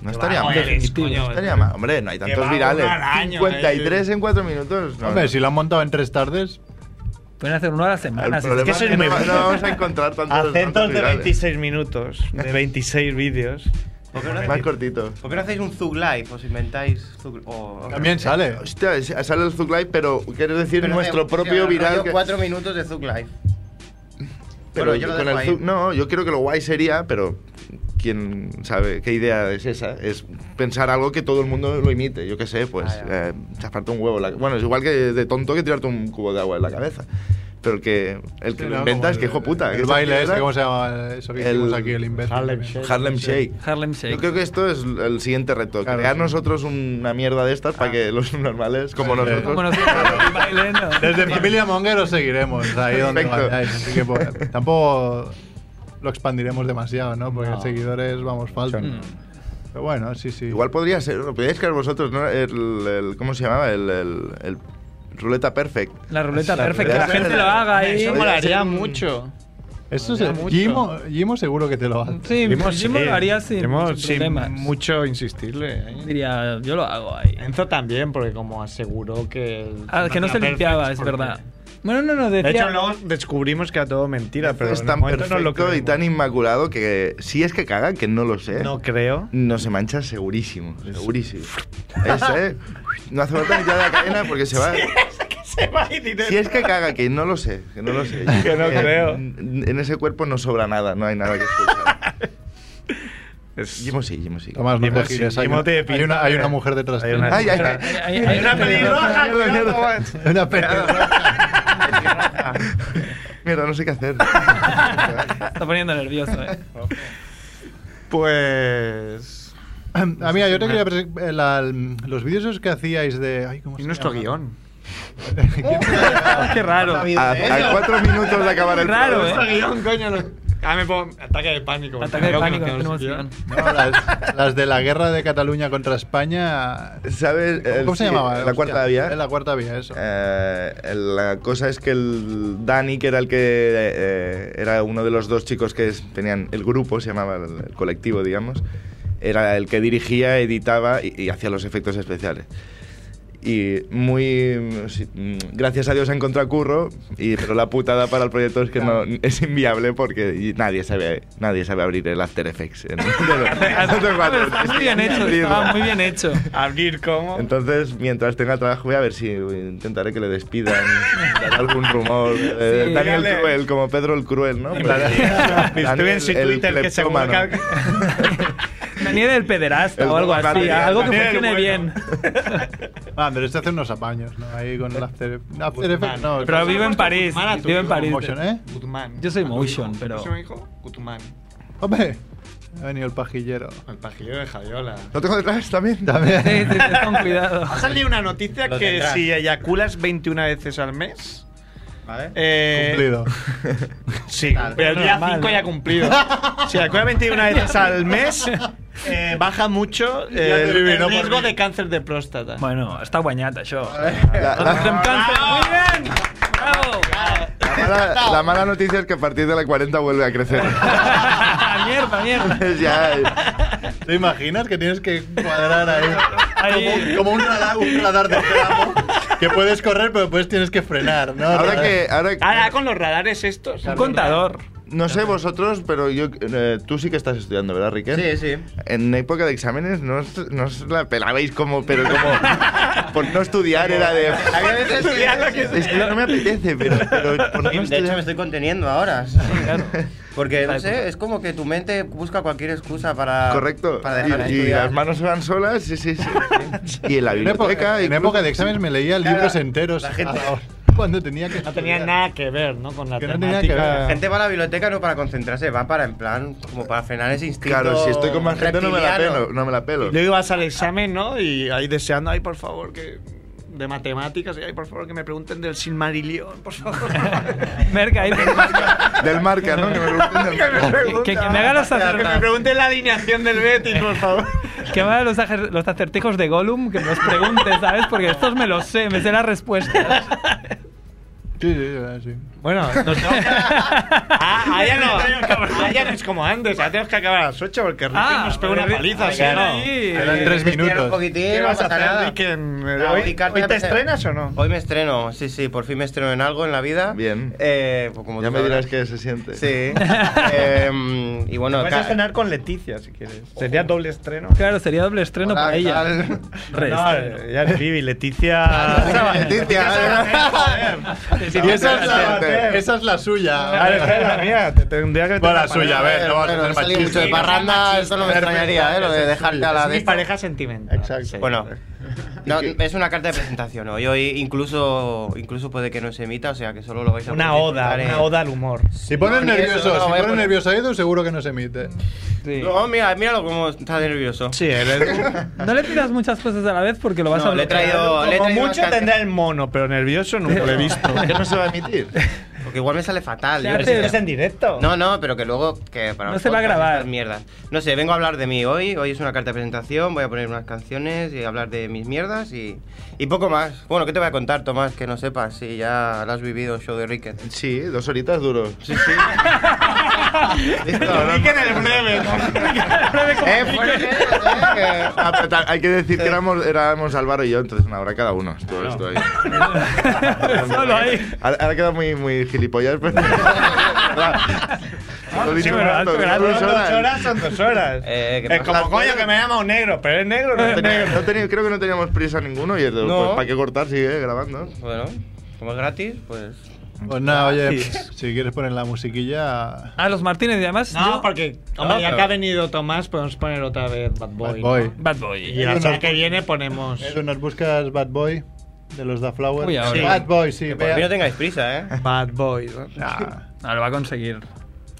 Speaker 7: No estaría
Speaker 2: va,
Speaker 7: mal.
Speaker 2: definitivo.
Speaker 7: No estaría mal. Hombre, no hay
Speaker 2: Que
Speaker 7: tantos
Speaker 2: va,
Speaker 7: virales.
Speaker 2: uno al año, eh.
Speaker 7: 53 en 4 minutos. No,
Speaker 3: Hombre,
Speaker 7: no.
Speaker 3: si lo han montado en tres tardes,
Speaker 1: Pueden hacer uno a la
Speaker 7: El
Speaker 1: semana. si es
Speaker 7: problema
Speaker 1: que
Speaker 7: es
Speaker 1: soy
Speaker 7: que
Speaker 1: muy-
Speaker 7: no, va- no vamos a encontrar tantos, tantos
Speaker 2: Acentos de
Speaker 7: virales.
Speaker 2: 26 minutos, de 26 vídeos.
Speaker 9: ¿Por qué no
Speaker 7: Más
Speaker 9: hacéis,
Speaker 7: cortito.
Speaker 9: por qué no hacéis un Zug Live? Os inventáis Zug. o-
Speaker 3: también sale.
Speaker 7: Hostia, es- sale el Zug Live, pero quiero decir
Speaker 9: Pero,
Speaker 7: nuestro
Speaker 9: eh,
Speaker 7: propio
Speaker 9: rollo
Speaker 7: viral. que-
Speaker 9: cuatro minutos de Zug Live.
Speaker 7: pero
Speaker 9: Bueno, yo lo
Speaker 7: con
Speaker 9: dejo
Speaker 7: el
Speaker 9: ahí.
Speaker 7: Zug- no, yo creo que lo guay sería, pero quién sabe qué idea es esa, es pensar algo que todo el mundo lo imite. Yo qué sé, pues
Speaker 9: Ah, ya.
Speaker 7: eh, chaparte un huevo. en la- Bueno, es igual que de tonto que tirarte un cubo de agua en la cabeza. Pero el que, el que
Speaker 3: Sí,
Speaker 7: lo
Speaker 3: ¿no?
Speaker 7: inventa
Speaker 3: Como
Speaker 7: es que
Speaker 3: el-
Speaker 7: hijo puta. que
Speaker 3: El
Speaker 7: esa
Speaker 3: baile ese,
Speaker 7: piedra-
Speaker 3: ¿cómo se llama eso que
Speaker 7: El-
Speaker 3: hicimos aquí, el imbécil?
Speaker 2: Harlem Shake.
Speaker 7: Harlem Shake.
Speaker 1: Harlem Shake.
Speaker 7: Yo creo que esto es el siguiente reto.
Speaker 3: Claro,
Speaker 7: crear
Speaker 3: sí.
Speaker 7: nosotros una mierda de estas
Speaker 2: Ah.
Speaker 7: para que los normales, como
Speaker 3: Vale.
Speaker 7: nosotros,
Speaker 1: Como nosotros, el baile, ¿no?
Speaker 3: Desde Familia Monger os seguiremos ahí donde
Speaker 7: Perfecto.
Speaker 3: vayáis. Así que pues, tampoco lo expandiremos demasiado, ¿no? Porque
Speaker 2: No.
Speaker 3: seguidores vamos falta.
Speaker 1: Mm.
Speaker 3: Pero bueno, sí, sí.
Speaker 7: Igual podría ser, lo podíais crear vosotros, ¿no? El, el- ¿Cómo se llamaba? El, el- el ruleta perfect.
Speaker 1: La ruleta
Speaker 7: La
Speaker 1: perfecta, que la
Speaker 7: ruleta
Speaker 1: gente lo
Speaker 7: perfect.
Speaker 1: haga ahí.
Speaker 7: Eso molaría
Speaker 1: mucho.
Speaker 3: Eso
Speaker 1: Habría
Speaker 3: es,
Speaker 1: mucho.
Speaker 3: Gimo, Gimo seguro que te lo hace.
Speaker 1: Sí, pues, yo me lo haría sin,
Speaker 2: Hemos-
Speaker 1: sin
Speaker 2: sin
Speaker 1: problemas.
Speaker 2: mucho insistirle. ¿eh?
Speaker 1: Diría, yo lo hago ahí.
Speaker 2: Enzo también, porque como aseguró que... el-
Speaker 1: Ah, que no se
Speaker 2: Perfect,
Speaker 1: limpiaba, es
Speaker 2: porque-
Speaker 1: verdad. Bueno, no, no,
Speaker 2: De
Speaker 1: decía...
Speaker 2: hecho, luego descubrimos que era todo mentira, pero
Speaker 7: es
Speaker 2: en
Speaker 7: tan
Speaker 2: el momento
Speaker 7: perfecto ¿eh?
Speaker 2: no lo
Speaker 7: y
Speaker 2: creemos.
Speaker 7: tan inmaculado que si es que caga, que no lo sé,
Speaker 2: No
Speaker 7: no,
Speaker 2: creo.
Speaker 7: se mancha segurísimo, segurísimo. Ese, no hace falta ni tirar la cadena porque se va.
Speaker 2: Se va y directo.
Speaker 7: Si es que caga, que no lo sé, que no lo sé. Yo
Speaker 2: Que no creo.
Speaker 7: En en ese cuerpo no sobra nada, no hay nada que expulsar. Jimo sí, Jimo sí.
Speaker 3: Tomás, no
Speaker 2: Gimo
Speaker 3: te
Speaker 2: sí,
Speaker 3: gires. Hay,
Speaker 2: Gimo
Speaker 3: una,
Speaker 2: te
Speaker 3: hay, una, hay una mujer detrás
Speaker 2: Hay
Speaker 3: de
Speaker 2: una-
Speaker 3: una,
Speaker 7: Ay, ay, ay.
Speaker 1: eh, Hay, hay una pelirroja.
Speaker 7: Mierda, mierda.
Speaker 3: una pelirroja.
Speaker 7: Mierda, no sé qué hacer.
Speaker 1: Está poniendo nervioso, eh.
Speaker 2: Pues...
Speaker 3: Ah, mira, yo te quería pres- eh, la- los vídeos esos que hacíais de. Ay, ¿cómo
Speaker 2: Y
Speaker 3: se
Speaker 2: nuestro
Speaker 3: llama?
Speaker 2: guión.
Speaker 3: ¿Quién te lo ha dejado?
Speaker 1: Qué raro.
Speaker 7: A, a cuatro minutos de acabar el
Speaker 1: Raro,
Speaker 7: programa.
Speaker 1: ¿eh?
Speaker 2: guión, coño. No. Ah, me pongo ataque de pánico.
Speaker 1: Ataque de
Speaker 2: Creo que
Speaker 1: pánico,
Speaker 2: nos
Speaker 1: tenemos
Speaker 2: quedamos sin
Speaker 1: guión.
Speaker 3: No, las, las de la guerra de Cataluña contra España.
Speaker 7: ¿Sabes? El-
Speaker 3: ¿Cómo se
Speaker 7: sí,
Speaker 3: llamaba?
Speaker 7: La
Speaker 3: Hostia,
Speaker 7: cuarta vía.
Speaker 3: eh, La cuarta vía, eso.
Speaker 7: Eh, la cosa es que el Dani, que era el que eh, era uno de los dos chicos que es- tenían el grupo, se llamaba el, el colectivo, digamos, era el que dirigía, editaba y, y hacía los efectos especiales. Y muy. sí, mm, Gracias a Dios ha encontrado curro, y, pero la putada para el proyecto es que no, es inviable porque y nadie sabe, nadie sabe abrir el After Effects. en-
Speaker 1: Ah, muy bien hecho, estaba muy bien hecho.
Speaker 2: Abrir cómo.
Speaker 7: Entonces, mientras tenga trabajo, voy a ver si intentaré que le despidan, dar algún rumor. Eh,
Speaker 2: Sí.
Speaker 7: Daniel
Speaker 2: Dígale.
Speaker 7: Cruel, como Pedro el Cruel, ¿no? Pues,
Speaker 2: Estoy en su Twitter que seguro
Speaker 7: seguro
Speaker 2: que alguien-
Speaker 1: Daniel el pederasta
Speaker 7: El
Speaker 1: o algo
Speaker 7: abogado.
Speaker 1: así, algo que
Speaker 3: Daniel el
Speaker 1: funcione
Speaker 3: bueno.
Speaker 1: bien.
Speaker 3: Ah, Andrés hace unos apaños, ¿no? Ahí con el After, after Effects. No,
Speaker 1: Pero
Speaker 3: vive
Speaker 1: vivo en París, vivo en París.
Speaker 3: ¿eh?
Speaker 2: Gutman.
Speaker 1: Yo soy motion, pero...
Speaker 2: ¿Cómo se dijo? Gutman.
Speaker 3: Hombre, ha venido el pajillero.
Speaker 2: El pajillo de Javiola.
Speaker 7: ¿Lo tengo detrás también?
Speaker 1: Sí, sí,
Speaker 3: También.
Speaker 1: sí, con cuidado.
Speaker 2: Ha salido una noticia
Speaker 9: Lo
Speaker 2: que
Speaker 9: tendrás.
Speaker 2: si eyaculas 21 veces al mes.
Speaker 9: ¿Vale?
Speaker 2: Eh,
Speaker 3: Cumplido.
Speaker 2: Sí, pero el día
Speaker 1: Normal.
Speaker 2: 5 ya cumplido. Si eyaculas 21 veces al mes, eh, baja mucho eh,
Speaker 3: te
Speaker 2: el,
Speaker 3: eliminó por
Speaker 2: riesgo
Speaker 3: mí.
Speaker 2: de cáncer de próstata.
Speaker 1: Bueno, está guanyat, això.
Speaker 7: La, la-
Speaker 1: Muy bien! Bravo!
Speaker 7: la mala, la mala noticia es que a partir de la 40 vuelve a crecer.
Speaker 1: mierda, mierda.
Speaker 7: Entonces ya, eh.
Speaker 3: ¿Te imaginas que tienes que cuadrar ahí?
Speaker 1: Ahí.
Speaker 3: Como, como un, radar, un radar de tramo que puedes correr, pero después tienes que frenar, ¿no?
Speaker 7: ahora que... Ahora,
Speaker 2: Ahora con los radares estos.
Speaker 1: Un contador.
Speaker 7: no sé vosotros, pero yo, eh, tú sí que estás estudiando, ¿verdad, Riquet?
Speaker 9: Sí, sí.
Speaker 7: En época de exámenes no os, no os la pelabais como, pero como por no estudiar era de...
Speaker 9: Había veces que-
Speaker 7: Es que no me apetece, pero, pero por no
Speaker 9: De hecho, me
Speaker 7: estudiar...
Speaker 9: estoy conteniendo ahora. Porque, no sé, es como que tu mente busca cualquier excusa para.
Speaker 7: Correcto.
Speaker 9: Para
Speaker 7: Y-
Speaker 9: dejar de
Speaker 7: y,
Speaker 9: estudiar.
Speaker 7: las manos se van solas, sí, sí, sí. y en la
Speaker 3: En época,
Speaker 7: biblioteca...
Speaker 3: en
Speaker 7: incluso-
Speaker 3: época de exámenes me leía libros enteros.
Speaker 9: la gente-
Speaker 3: a la hora, Cuando tenía que.
Speaker 2: No tenía
Speaker 3: estudiar.
Speaker 2: nada que ver, ¿no? Con la
Speaker 3: Que no tenía
Speaker 2: temática.
Speaker 3: que ver.
Speaker 9: La gente va a la biblioteca no para concentrarse, va para en plan, como para frenar ese instinto.
Speaker 7: Claro, si estoy con más gente no me la
Speaker 9: reptiliano.
Speaker 7: pelo. No me la pelo.
Speaker 2: Y luego ibas al examen, ¿no? Y ahí deseando, ay, por favor, que de matemáticas, y, ay, por favor, que me pregunten del Silmarillion, por favor.
Speaker 1: Merca, ahí.
Speaker 7: Del marca, ¿no? Que me pregunten del marca.
Speaker 1: Que- que me hagan los
Speaker 2: Que me
Speaker 1: acertijos.
Speaker 2: pregunten la alineación del Betis, por favor.
Speaker 1: Que me hagan los, ajer- los acertijos de Gollum, que me los pregunte, ¿sabes? Porque estos me los sé, me sé las respuestas.
Speaker 3: Sí, sí, sí, sí.
Speaker 2: Bueno, nos Ah, ah, ya no. Ah, ya no es como antes. Ahora tenemos que acabar a las 8 porque Ah, Ricky nos pega una paliza, ¿sí o no?
Speaker 1: ahí.
Speaker 3: Eran tres
Speaker 9: Investigar un
Speaker 3: minutos.
Speaker 9: poquitín,
Speaker 2: ¿Qué
Speaker 9: no
Speaker 2: vas a
Speaker 9: pasa nada.
Speaker 2: hacer, Ricky? en-
Speaker 9: Ah,
Speaker 2: ¿Hoy,
Speaker 9: dedicarte
Speaker 2: hoy
Speaker 9: a
Speaker 2: te
Speaker 9: pensar.
Speaker 2: estrenas o no?
Speaker 9: Hoy me estreno, sí, sí, por fin me estreno en algo en la vida.
Speaker 7: Bien.
Speaker 9: Eh, pues como
Speaker 7: Ya
Speaker 9: tú
Speaker 7: me dirás
Speaker 9: sabrás.
Speaker 7: este. qué se siente.
Speaker 9: Sí. Em, y bueno,
Speaker 2: Vas
Speaker 9: ca-
Speaker 2: a estrenar con Leticia, si quieres. Sería doble estreno.
Speaker 1: Claro, sería doble estreno
Speaker 7: Hola,
Speaker 1: para
Speaker 7: ¿qué
Speaker 1: ella.
Speaker 7: tal?
Speaker 2: No,
Speaker 1: Reestreno.
Speaker 2: ya es Vivi,
Speaker 9: Ah,
Speaker 2: Leticia.
Speaker 7: Leticia,
Speaker 3: Y esa es la,
Speaker 7: Joder.
Speaker 3: esa es la
Speaker 2: Claro, esta
Speaker 3: suya.
Speaker 2: es la mía. Te tendría que
Speaker 3: Bueno, la suya, a ver, no vamos a
Speaker 9: Bueno,
Speaker 3: tener
Speaker 9: he salido mucho
Speaker 3: machismo.
Speaker 9: de parranda, esto no me extrañaría, ¿eh? Lo de dejarte a la de.
Speaker 2: mi pareja sentimental.
Speaker 3: Exacto.
Speaker 9: Bueno, no, es una carta de presentación hoy. Hoy incluso, incluso puede que no se emita, o sea que solo lo vais a
Speaker 2: Una
Speaker 9: poder
Speaker 2: oda,
Speaker 9: disfrutar,
Speaker 2: una
Speaker 9: eh.
Speaker 2: oda al humor.
Speaker 3: Si pones
Speaker 9: No, ni eso,
Speaker 3: nervioso,
Speaker 9: no, voy
Speaker 3: si
Speaker 9: a
Speaker 3: pones
Speaker 9: poner-
Speaker 3: nervioso a Edu, seguro que no se emite.
Speaker 1: Sí.
Speaker 9: No, mira, míralo como está de nervioso.
Speaker 2: Sí, el,
Speaker 1: No le tiras muchas cosas a la vez porque lo vas
Speaker 9: No,
Speaker 1: a
Speaker 9: le he traído. le he
Speaker 2: Como
Speaker 9: traído unas
Speaker 2: mucho
Speaker 9: canciones-
Speaker 2: tendrá el mono, pero nervioso nunca lo he visto.
Speaker 7: ¿Por qué no se va a emitir?
Speaker 9: Porque igual me sale fatal.
Speaker 1: Se
Speaker 9: yo qué
Speaker 1: hace-
Speaker 9: sé.
Speaker 2: Es en directo.
Speaker 9: No, no, pero que luego que para
Speaker 1: No
Speaker 9: los
Speaker 1: se va a
Speaker 9: podcasts,
Speaker 1: grabar.
Speaker 9: estas mierdas. No sé, vengo a hablar de mí hoy. Hoy es una carta de presentación. Voy a poner unas canciones y hablar de mis mierdas y, y poco más. Bueno, ¿qué te voy a contar, Tomás? Que no sepas si ya lo has vivido el show de Ricket.
Speaker 7: Sí, dos horitas duro.
Speaker 9: Sí, sí.
Speaker 7: Listo, ¿no?
Speaker 9: eh, fuerte, eh, que-
Speaker 7: Ah, pero tal, Hay que decir que éramos, éramos Álvaro y yo, entonces una hora cada uno. Esto, esto ahí.
Speaker 1: Solo ahí.
Speaker 7: Ahora, ahora queda muy, muy gilipollas, pero. Lo he dicho
Speaker 2: Sí, pero
Speaker 7: tanto,
Speaker 2: antes eran
Speaker 7: dos
Speaker 2: dos
Speaker 7: horas.
Speaker 2: horas son dos horas.
Speaker 9: Eh, que
Speaker 2: es
Speaker 9: pasa-
Speaker 2: como coño que me llama un negro, pero es negro no
Speaker 7: No
Speaker 2: es
Speaker 7: tenía-
Speaker 2: negro.
Speaker 7: no tenía- creo que no teníamos prisa ninguno y es de,
Speaker 9: No.
Speaker 7: pues, ¿para qué cortar? Sigue grabando.
Speaker 9: Bueno, como es gratis, pues.
Speaker 3: Pues nada, oye, si quieres poner la musiquilla.
Speaker 1: A Ah, los Martínez y además. yo-
Speaker 2: porque
Speaker 9: hombre, ya que ha
Speaker 2: venido Tomás, podemos poner otra vez Bad
Speaker 3: Boy, Bad Boy. ¿no?
Speaker 1: Bad Boy.
Speaker 2: Y la semana que viene ponemos
Speaker 3: Edu, nos buscas Bad Boy de los Da Flower.
Speaker 1: Uy, ahora.
Speaker 3: Sí. Bad Boy, sí.
Speaker 9: Que por
Speaker 3: vea-
Speaker 9: mí no tengáis prisa, ¿eh?
Speaker 2: Bad Boy.
Speaker 3: Ah, Nah,
Speaker 1: No, Ah, lo va a conseguir.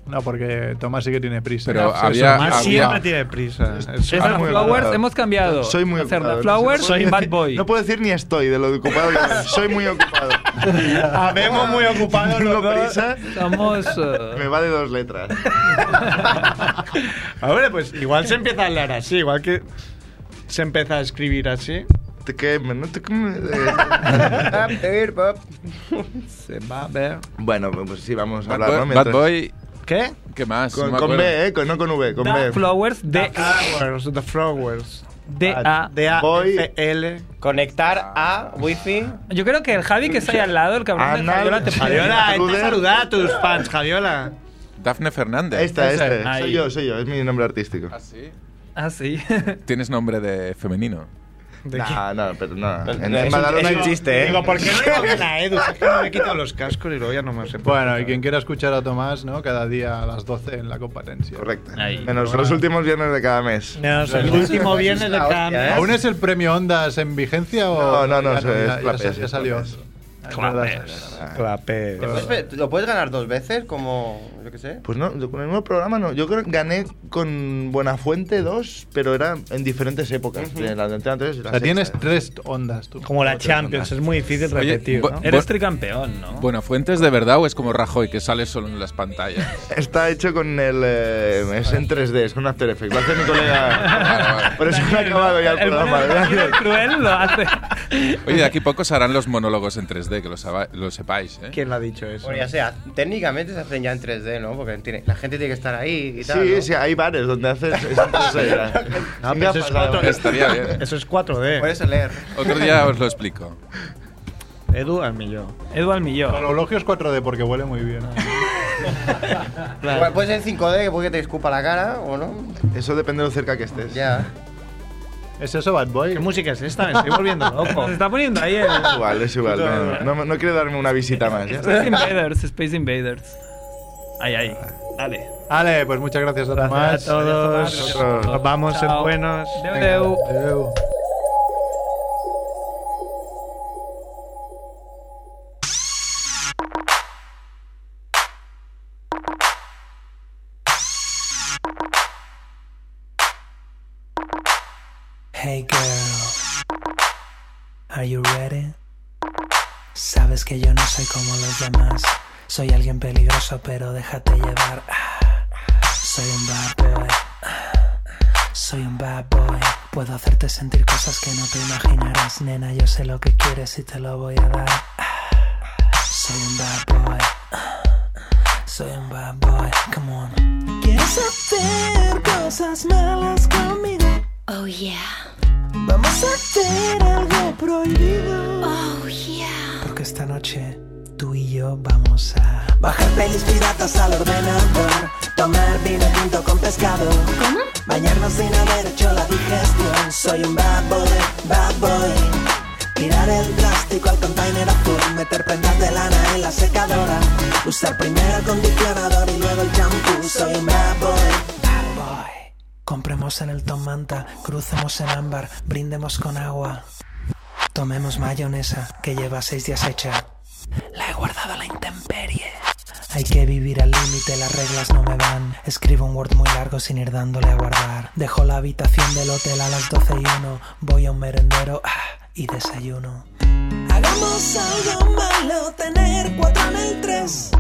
Speaker 3: no, porque Tomás sí que tiene prisa.
Speaker 5: Pero
Speaker 3: Sí,
Speaker 5: había-
Speaker 3: sí,
Speaker 2: Tomás
Speaker 5: había-
Speaker 2: siempre tiene prisa. Es-
Speaker 1: Es
Speaker 7: Ah,
Speaker 1: la
Speaker 7: muy
Speaker 1: Flowers,
Speaker 7: ocupado.
Speaker 1: hemos cambiado.
Speaker 7: Soy muy
Speaker 1: Hacer
Speaker 7: ocupado.
Speaker 1: la
Speaker 7: No
Speaker 1: Flowers
Speaker 7: puedo
Speaker 1: y
Speaker 7: decir-
Speaker 1: Bad Boy.
Speaker 7: No puedo decir ni estoy de lo ocupado que soy. soy. muy ocupado.
Speaker 2: Habemos muy ocupados los
Speaker 7: Tengo
Speaker 2: dos.
Speaker 7: prisa,
Speaker 1: Somos. eh,
Speaker 7: me va de dos letras.
Speaker 2: Ahora pues igual se empieza a hablar así, igual que se empieza a escribir así.
Speaker 7: Te queme, no te eh. queme.
Speaker 2: Se va a ver.
Speaker 7: Bueno, pues sí, vamos a
Speaker 5: Bad
Speaker 7: hablar, ¿no?
Speaker 5: Boy,
Speaker 7: Mientras-
Speaker 5: Bad Boy,
Speaker 2: ¿Qué?
Speaker 5: ¿qué más?
Speaker 7: Con, ¿eh?
Speaker 5: No me
Speaker 7: con
Speaker 5: acuerdo.
Speaker 7: B, ¿eh? Con- no con V, con
Speaker 2: Ah,
Speaker 1: Dark
Speaker 7: B.
Speaker 1: Flowers de.
Speaker 2: Flowers, The Flowers.
Speaker 1: D-A.
Speaker 9: D-A-F-L. Conectar a Wi-Fi.
Speaker 1: Yo creo que el Javi que está ahí al lado, el cabrón de
Speaker 9: Anal-
Speaker 1: Javiola, te
Speaker 9: Javiola,
Speaker 2: Vete a saludar a tus fans, Javiola.
Speaker 5: Dafne Fernández.
Speaker 7: Esta,
Speaker 5: Ese.
Speaker 7: este.
Speaker 5: Ahí.
Speaker 7: Soy yo, soy yo. Es mi nombre artístico.
Speaker 1: Ah, sí.
Speaker 5: Tienes nombre de femenino.
Speaker 7: No, no, pero no.
Speaker 5: Pero
Speaker 7: Pues, En
Speaker 5: es un-
Speaker 7: Badalona
Speaker 5: es
Speaker 7: hay-
Speaker 5: un chiste, ¿eh?
Speaker 2: Digo, ¿por qué no le a Edu? Es que no me he quitado los cascos y luego ya no me sé.
Speaker 3: Bueno, y quien quiera escuchar a Tomás, ¿no? Cada día a las 12 en la competencia.
Speaker 7: Correcto. Menos los últimos viernes de cada mes.
Speaker 1: pues,
Speaker 3: Menos el último viernes
Speaker 2: de cada
Speaker 7: mes.
Speaker 3: ¿Aún es el premio Ondas en vigencia
Speaker 7: No,
Speaker 3: o.?
Speaker 7: no, no,
Speaker 3: ya
Speaker 7: eso es
Speaker 3: ya- ya
Speaker 7: clapes,
Speaker 3: sa- ya
Speaker 7: es
Speaker 3: salió.
Speaker 7: clapes.
Speaker 3: Es verdad.
Speaker 2: Clapes.
Speaker 9: ¿Te puedes pe- ¿Lo puedes ganar dos veces? Como, yo qué sé.
Speaker 7: Pues no, yo con el mismo programa no. Yo creo que gané con Buenafuente dos, pero era en diferentes épocas. De la de Antena 3 y la
Speaker 3: O sea, tienes
Speaker 7: sexta.
Speaker 3: tres ondas tú.
Speaker 7: Como la
Speaker 3: Tres
Speaker 7: Champions,
Speaker 3: ondas.
Speaker 2: es muy difícil
Speaker 5: Oye, repetir, bu- ¿no? bu-
Speaker 1: Eres tricampeón, ¿no?
Speaker 5: Bueno, Fuentes de verdad o es como Rajoy que sale solo en las pantallas.
Speaker 7: Está hecho con el. eh, es en 3D, es con After Effects. Lo hace mi colega. Por eso me ha acabado ya el programa. gracias.
Speaker 1: Cruel lo hace.
Speaker 5: Oye, de aquí poco se harán los monólogos en 3D, que lo, saba- lo sepáis, ¿eh?
Speaker 2: ¿Quién lo ha dicho eso?
Speaker 9: Bueno, ya sea, técnicamente se hacen ya en 3D, ¿no? Porque tiene- la gente tiene que estar ahí y tal.
Speaker 7: Sí,
Speaker 9: ¿no?
Speaker 7: sí, hay bares donde haces. Es en 3D ya.
Speaker 2: No,
Speaker 7: Sin
Speaker 2: pero eso,
Speaker 7: gafas,
Speaker 2: es 4,
Speaker 7: además.
Speaker 5: Estaría bien. ¿eh?
Speaker 2: eso es 4D.
Speaker 9: Puedes leer.
Speaker 5: Otro día os lo explico.
Speaker 2: Edu al millón.
Speaker 1: Edu al
Speaker 3: El ologio es 4D porque huele muy bien. ¿eh?
Speaker 9: Igual Puede ser 5D, que puede que te escupa la cara o no.
Speaker 7: Eso depende de lo cerca que estés.
Speaker 9: Ya.
Speaker 3: ¿Es eso, Bad Boy?
Speaker 2: ¿Qué música es esta? Me estoy volviendo loco.
Speaker 1: Se está poniendo ahí el.
Speaker 7: Es igual, es igual. No, no, no quiero darme una visita más. ¿eh? ya.
Speaker 1: Space Invaders, Space Invaders. Ay, ay. Dale.
Speaker 3: Ale, pues muchas gracias a Tomás.
Speaker 2: a todos.
Speaker 3: Gracias a Tomás.
Speaker 2: Nos vamos en
Speaker 3: Chao.
Speaker 2: buenos.
Speaker 1: Deu,
Speaker 2: Venga.
Speaker 1: deu.
Speaker 3: Adeu.
Speaker 11: Hey girl, are you ready? Sabes que yo no soy como los demás. Soy alguien peligroso, pero déjate llevar. Ah, Soy un bad boy. Ah, Soy un bad boy. Puedo hacerte sentir cosas que no te imaginarás, nena. Yo sé lo que quieres y te lo voy a dar. Ah, Soy un bad boy. Ah, Soy un bad boy. Come on.
Speaker 12: ¿Quieres hacer cosas malas conmigo? Oh yeah. Vamos a hacer algo prohibido. Oh yeah.
Speaker 11: Porque esta noche tú y yo vamos a bajar pelis piratas al ordenador, tomar vino tinto con pescado, bañarnos sin haber hecho la digestión. Soy un bad boy, bad boy. Tirar el plástico al container azul, meter prendas de lana en la secadora, usar primero acondicionador y luego el champú. Soy un bad boy. Compremos en el Tom Manta, crucemos en ámbar, brindemos con agua. Tomemos mayonesa que lleva seis días hecha. La he guardado a la intemperie. Hay que vivir al límite, las reglas no me van. Escribo un Word muy largo sin ir dándole a guardar. Dejo la habitación del hotel a las 12 y 1. Voy a un merendero ah, y desayuno.
Speaker 12: Hagamos algo malo, tener cuatro en el tres.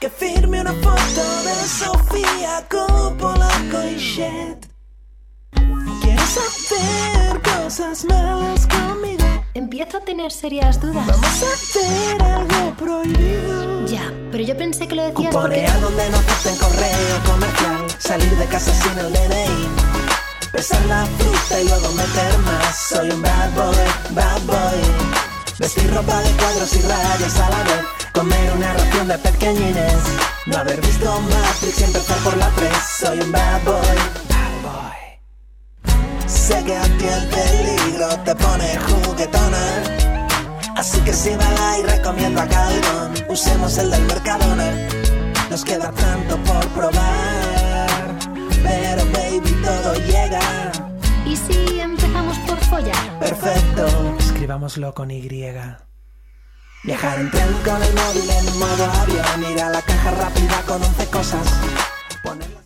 Speaker 12: Que firme una foto de Sofía Coppola Coichet. ¿Quieres hacer cosas malas conmigo?
Speaker 13: Empiezo a tener serias dudas.
Speaker 12: Vamos a hacer algo prohibido.
Speaker 13: Ya, pero yo pensé que lo decías porque...
Speaker 11: Cuponear donde no acepten correo comercial. Salir de casa sin el DNI.
Speaker 12: Besar la fruta y luego meter más. Soy un bad boy, bad boy. Vestir ropa de cuadros y rayas a la vez. Comer una ración de pequeñines. No haber visto Matrix y empezar por la 3. Soy un bad boy, bad boy. Sé que a ti el peligro te pone juguetona. Así que si y recomiendo a Calgon. Usemos el del Mercadona. Nos queda tanto por probar. Pero baby, todo llega.
Speaker 13: ¿Y si empezamos por follar?
Speaker 11: Perfecto. Escribámoslo con Y.
Speaker 12: Viajar en tren con el móvil en modo avión. Ir a la caja rápida con 11 cosas. Poner las-